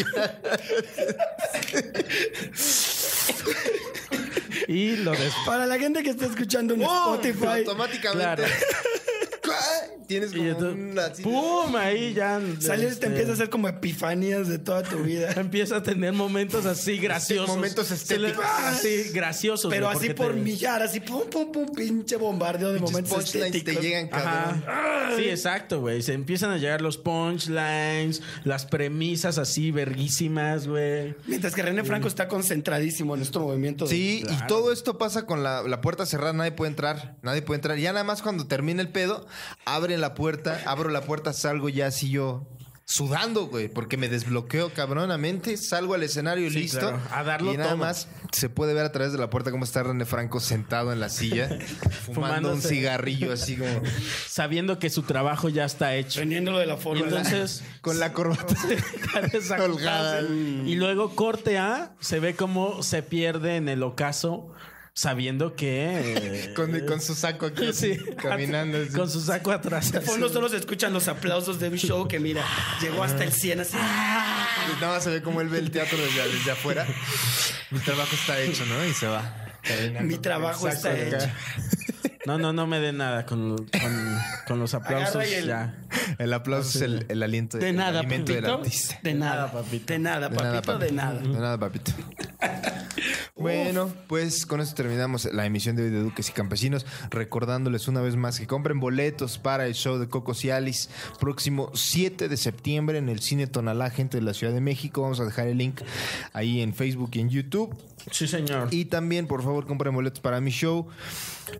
[SPEAKER 1] y lo des...
[SPEAKER 4] Para la gente que está escuchando en
[SPEAKER 2] ¡Oh!
[SPEAKER 4] Spotify,
[SPEAKER 2] Automáticamente.
[SPEAKER 1] Claro.
[SPEAKER 2] Tienes
[SPEAKER 1] Y
[SPEAKER 2] como
[SPEAKER 1] entonces,
[SPEAKER 2] una así de-
[SPEAKER 1] ¡Pum! Ahí ya.
[SPEAKER 4] sales,
[SPEAKER 1] este,
[SPEAKER 4] te empieza a hacer como epifanías de toda tu vida.
[SPEAKER 1] Empieza a tener momentos así graciosos.
[SPEAKER 2] Este, momentos estéticos.
[SPEAKER 1] Así graciosos.
[SPEAKER 4] Pero
[SPEAKER 1] güey,
[SPEAKER 4] así
[SPEAKER 1] porque
[SPEAKER 4] por
[SPEAKER 1] te-
[SPEAKER 4] millar, así pum, pum, pum, pinche bombardeo de
[SPEAKER 2] Pinches
[SPEAKER 4] momentos
[SPEAKER 2] punchlines
[SPEAKER 4] estéticos.
[SPEAKER 2] te llegan, cabrón.
[SPEAKER 1] Ajá. Sí, exacto, güey. Se empiezan a llegar los punchlines, las premisas así verguísimas, güey.
[SPEAKER 4] Mientras que René Franco está concentradísimo en nuestro movimiento. de-
[SPEAKER 2] Sí, y todo esto pasa con la, la puerta cerrada, nadie puede entrar, nadie puede entrar. Ya nada más cuando termina el pedo, abren la puerta, abro la puerta, salgo ya así yo sudando, güey, porque me desbloqueo cabronamente, salgo al escenario y
[SPEAKER 1] Sí,
[SPEAKER 2] listo.
[SPEAKER 1] claro, a darlo
[SPEAKER 2] y nada
[SPEAKER 1] todo.
[SPEAKER 2] más se puede ver a través de la puerta cómo está René Franco sentado en la silla, fumando un
[SPEAKER 1] Fumándose.
[SPEAKER 2] cigarrillo así como
[SPEAKER 1] Sabiendo que su trabajo ya está hecho.
[SPEAKER 4] Teniéndolo de la
[SPEAKER 1] Y
[SPEAKER 4] forma.
[SPEAKER 1] entonces.
[SPEAKER 2] con la corbata.
[SPEAKER 1] cabeza
[SPEAKER 2] Colgada.
[SPEAKER 1] colgada. Y luego corte A, se ve cómo se pierde en el ocaso, sabiendo que. eh,
[SPEAKER 2] Con, con su saco aquí, así,
[SPEAKER 1] sí,
[SPEAKER 2] caminando. así.
[SPEAKER 1] Con su saco atrás.
[SPEAKER 4] De fondo
[SPEAKER 1] así.
[SPEAKER 4] solo se escuchan los aplausos de un show que mira, llegó hasta el 100 así.
[SPEAKER 2] Y nada más se ve cómo él ve el teatro desde, desde afuera. Mi trabajo está hecho, ¿no? Y se va.
[SPEAKER 4] Mi trabajo está hecho.
[SPEAKER 1] No, no, no me dé nada con, con- con los aplausos.
[SPEAKER 4] Agarra y el-
[SPEAKER 1] ya.
[SPEAKER 2] El aplauso es el, el aliento
[SPEAKER 4] De
[SPEAKER 2] el
[SPEAKER 4] nada,
[SPEAKER 2] alimento del
[SPEAKER 4] papito.
[SPEAKER 2] artista.
[SPEAKER 4] De nada, papito. De nada, papito, de nada.
[SPEAKER 2] De nada, papito. Bueno, pues con eso terminamos la emisión de hoy de Duques y Campesinos, recordándoles una vez más que compren boletos para el show de Cocos y Alice próximo 7 de septiembre en el Cine Tonalá, gente de la Ciudad de México. Vamos a dejar el link ahí en Facebook y en YouTube.
[SPEAKER 1] Sí, señor.
[SPEAKER 2] Y también, por favor, compren boletos para mi show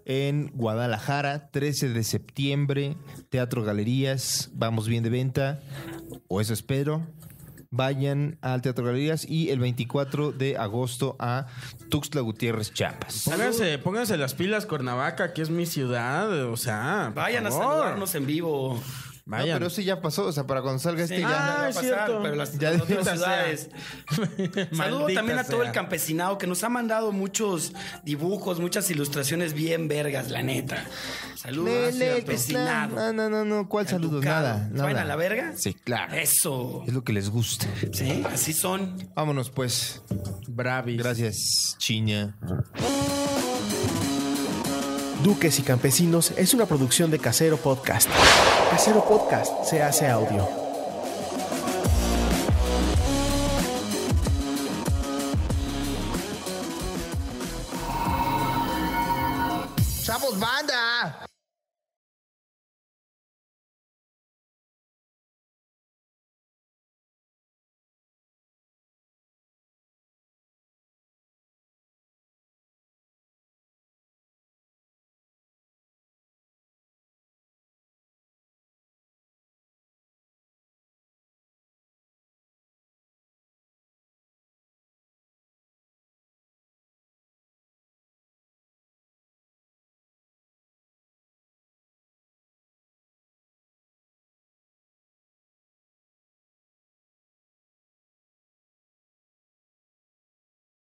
[SPEAKER 2] en Guadalajara, 13 de septiembre, Teatro Galerías. Vamos bien de venta, o eso espero. Vayan al Teatro Galerías y el 24 de agosto a Tuxtla Gutiérrez, Chiapas.
[SPEAKER 1] Pónganse, pónganse las pilas, Cuernavaca, que es mi ciudad. O sea, por
[SPEAKER 4] Vayan a
[SPEAKER 1] favor.
[SPEAKER 4] saludarnos en vivo.
[SPEAKER 1] Vayan.
[SPEAKER 2] No, pero eso ya pasó, o sea, para cuando salga este
[SPEAKER 4] Sí,
[SPEAKER 2] ya.
[SPEAKER 1] Ah,
[SPEAKER 4] ya,
[SPEAKER 1] es
[SPEAKER 4] ya va a
[SPEAKER 1] cierto.
[SPEAKER 4] pasar, pero las,
[SPEAKER 2] Ya
[SPEAKER 4] las otras
[SPEAKER 1] Maldita
[SPEAKER 4] ciudades.
[SPEAKER 1] sea.
[SPEAKER 4] Saludo
[SPEAKER 1] Maldita
[SPEAKER 4] también a todo
[SPEAKER 1] sea.
[SPEAKER 4] el campesinado que nos ha mandado muchos dibujos, muchas ilustraciones bien vergas, la neta.
[SPEAKER 2] Le-
[SPEAKER 4] Saludos al
[SPEAKER 2] le-
[SPEAKER 4] campesinado.
[SPEAKER 2] no, no, no, no, ¿cuál saludos?
[SPEAKER 4] Educado.
[SPEAKER 2] Nada, nada.
[SPEAKER 4] ¿Saben a la verga?
[SPEAKER 2] Sí, claro.
[SPEAKER 4] Eso.
[SPEAKER 2] Es lo que les gusta.
[SPEAKER 4] Sí, así son.
[SPEAKER 2] Vámonos, pues.
[SPEAKER 1] Bravis.
[SPEAKER 2] Gracias, Chiña.
[SPEAKER 8] Duques y Campesinos es una producción de Casero Podcast. Casero Podcast se hace audio.
[SPEAKER 2] ¡Chavos, bye!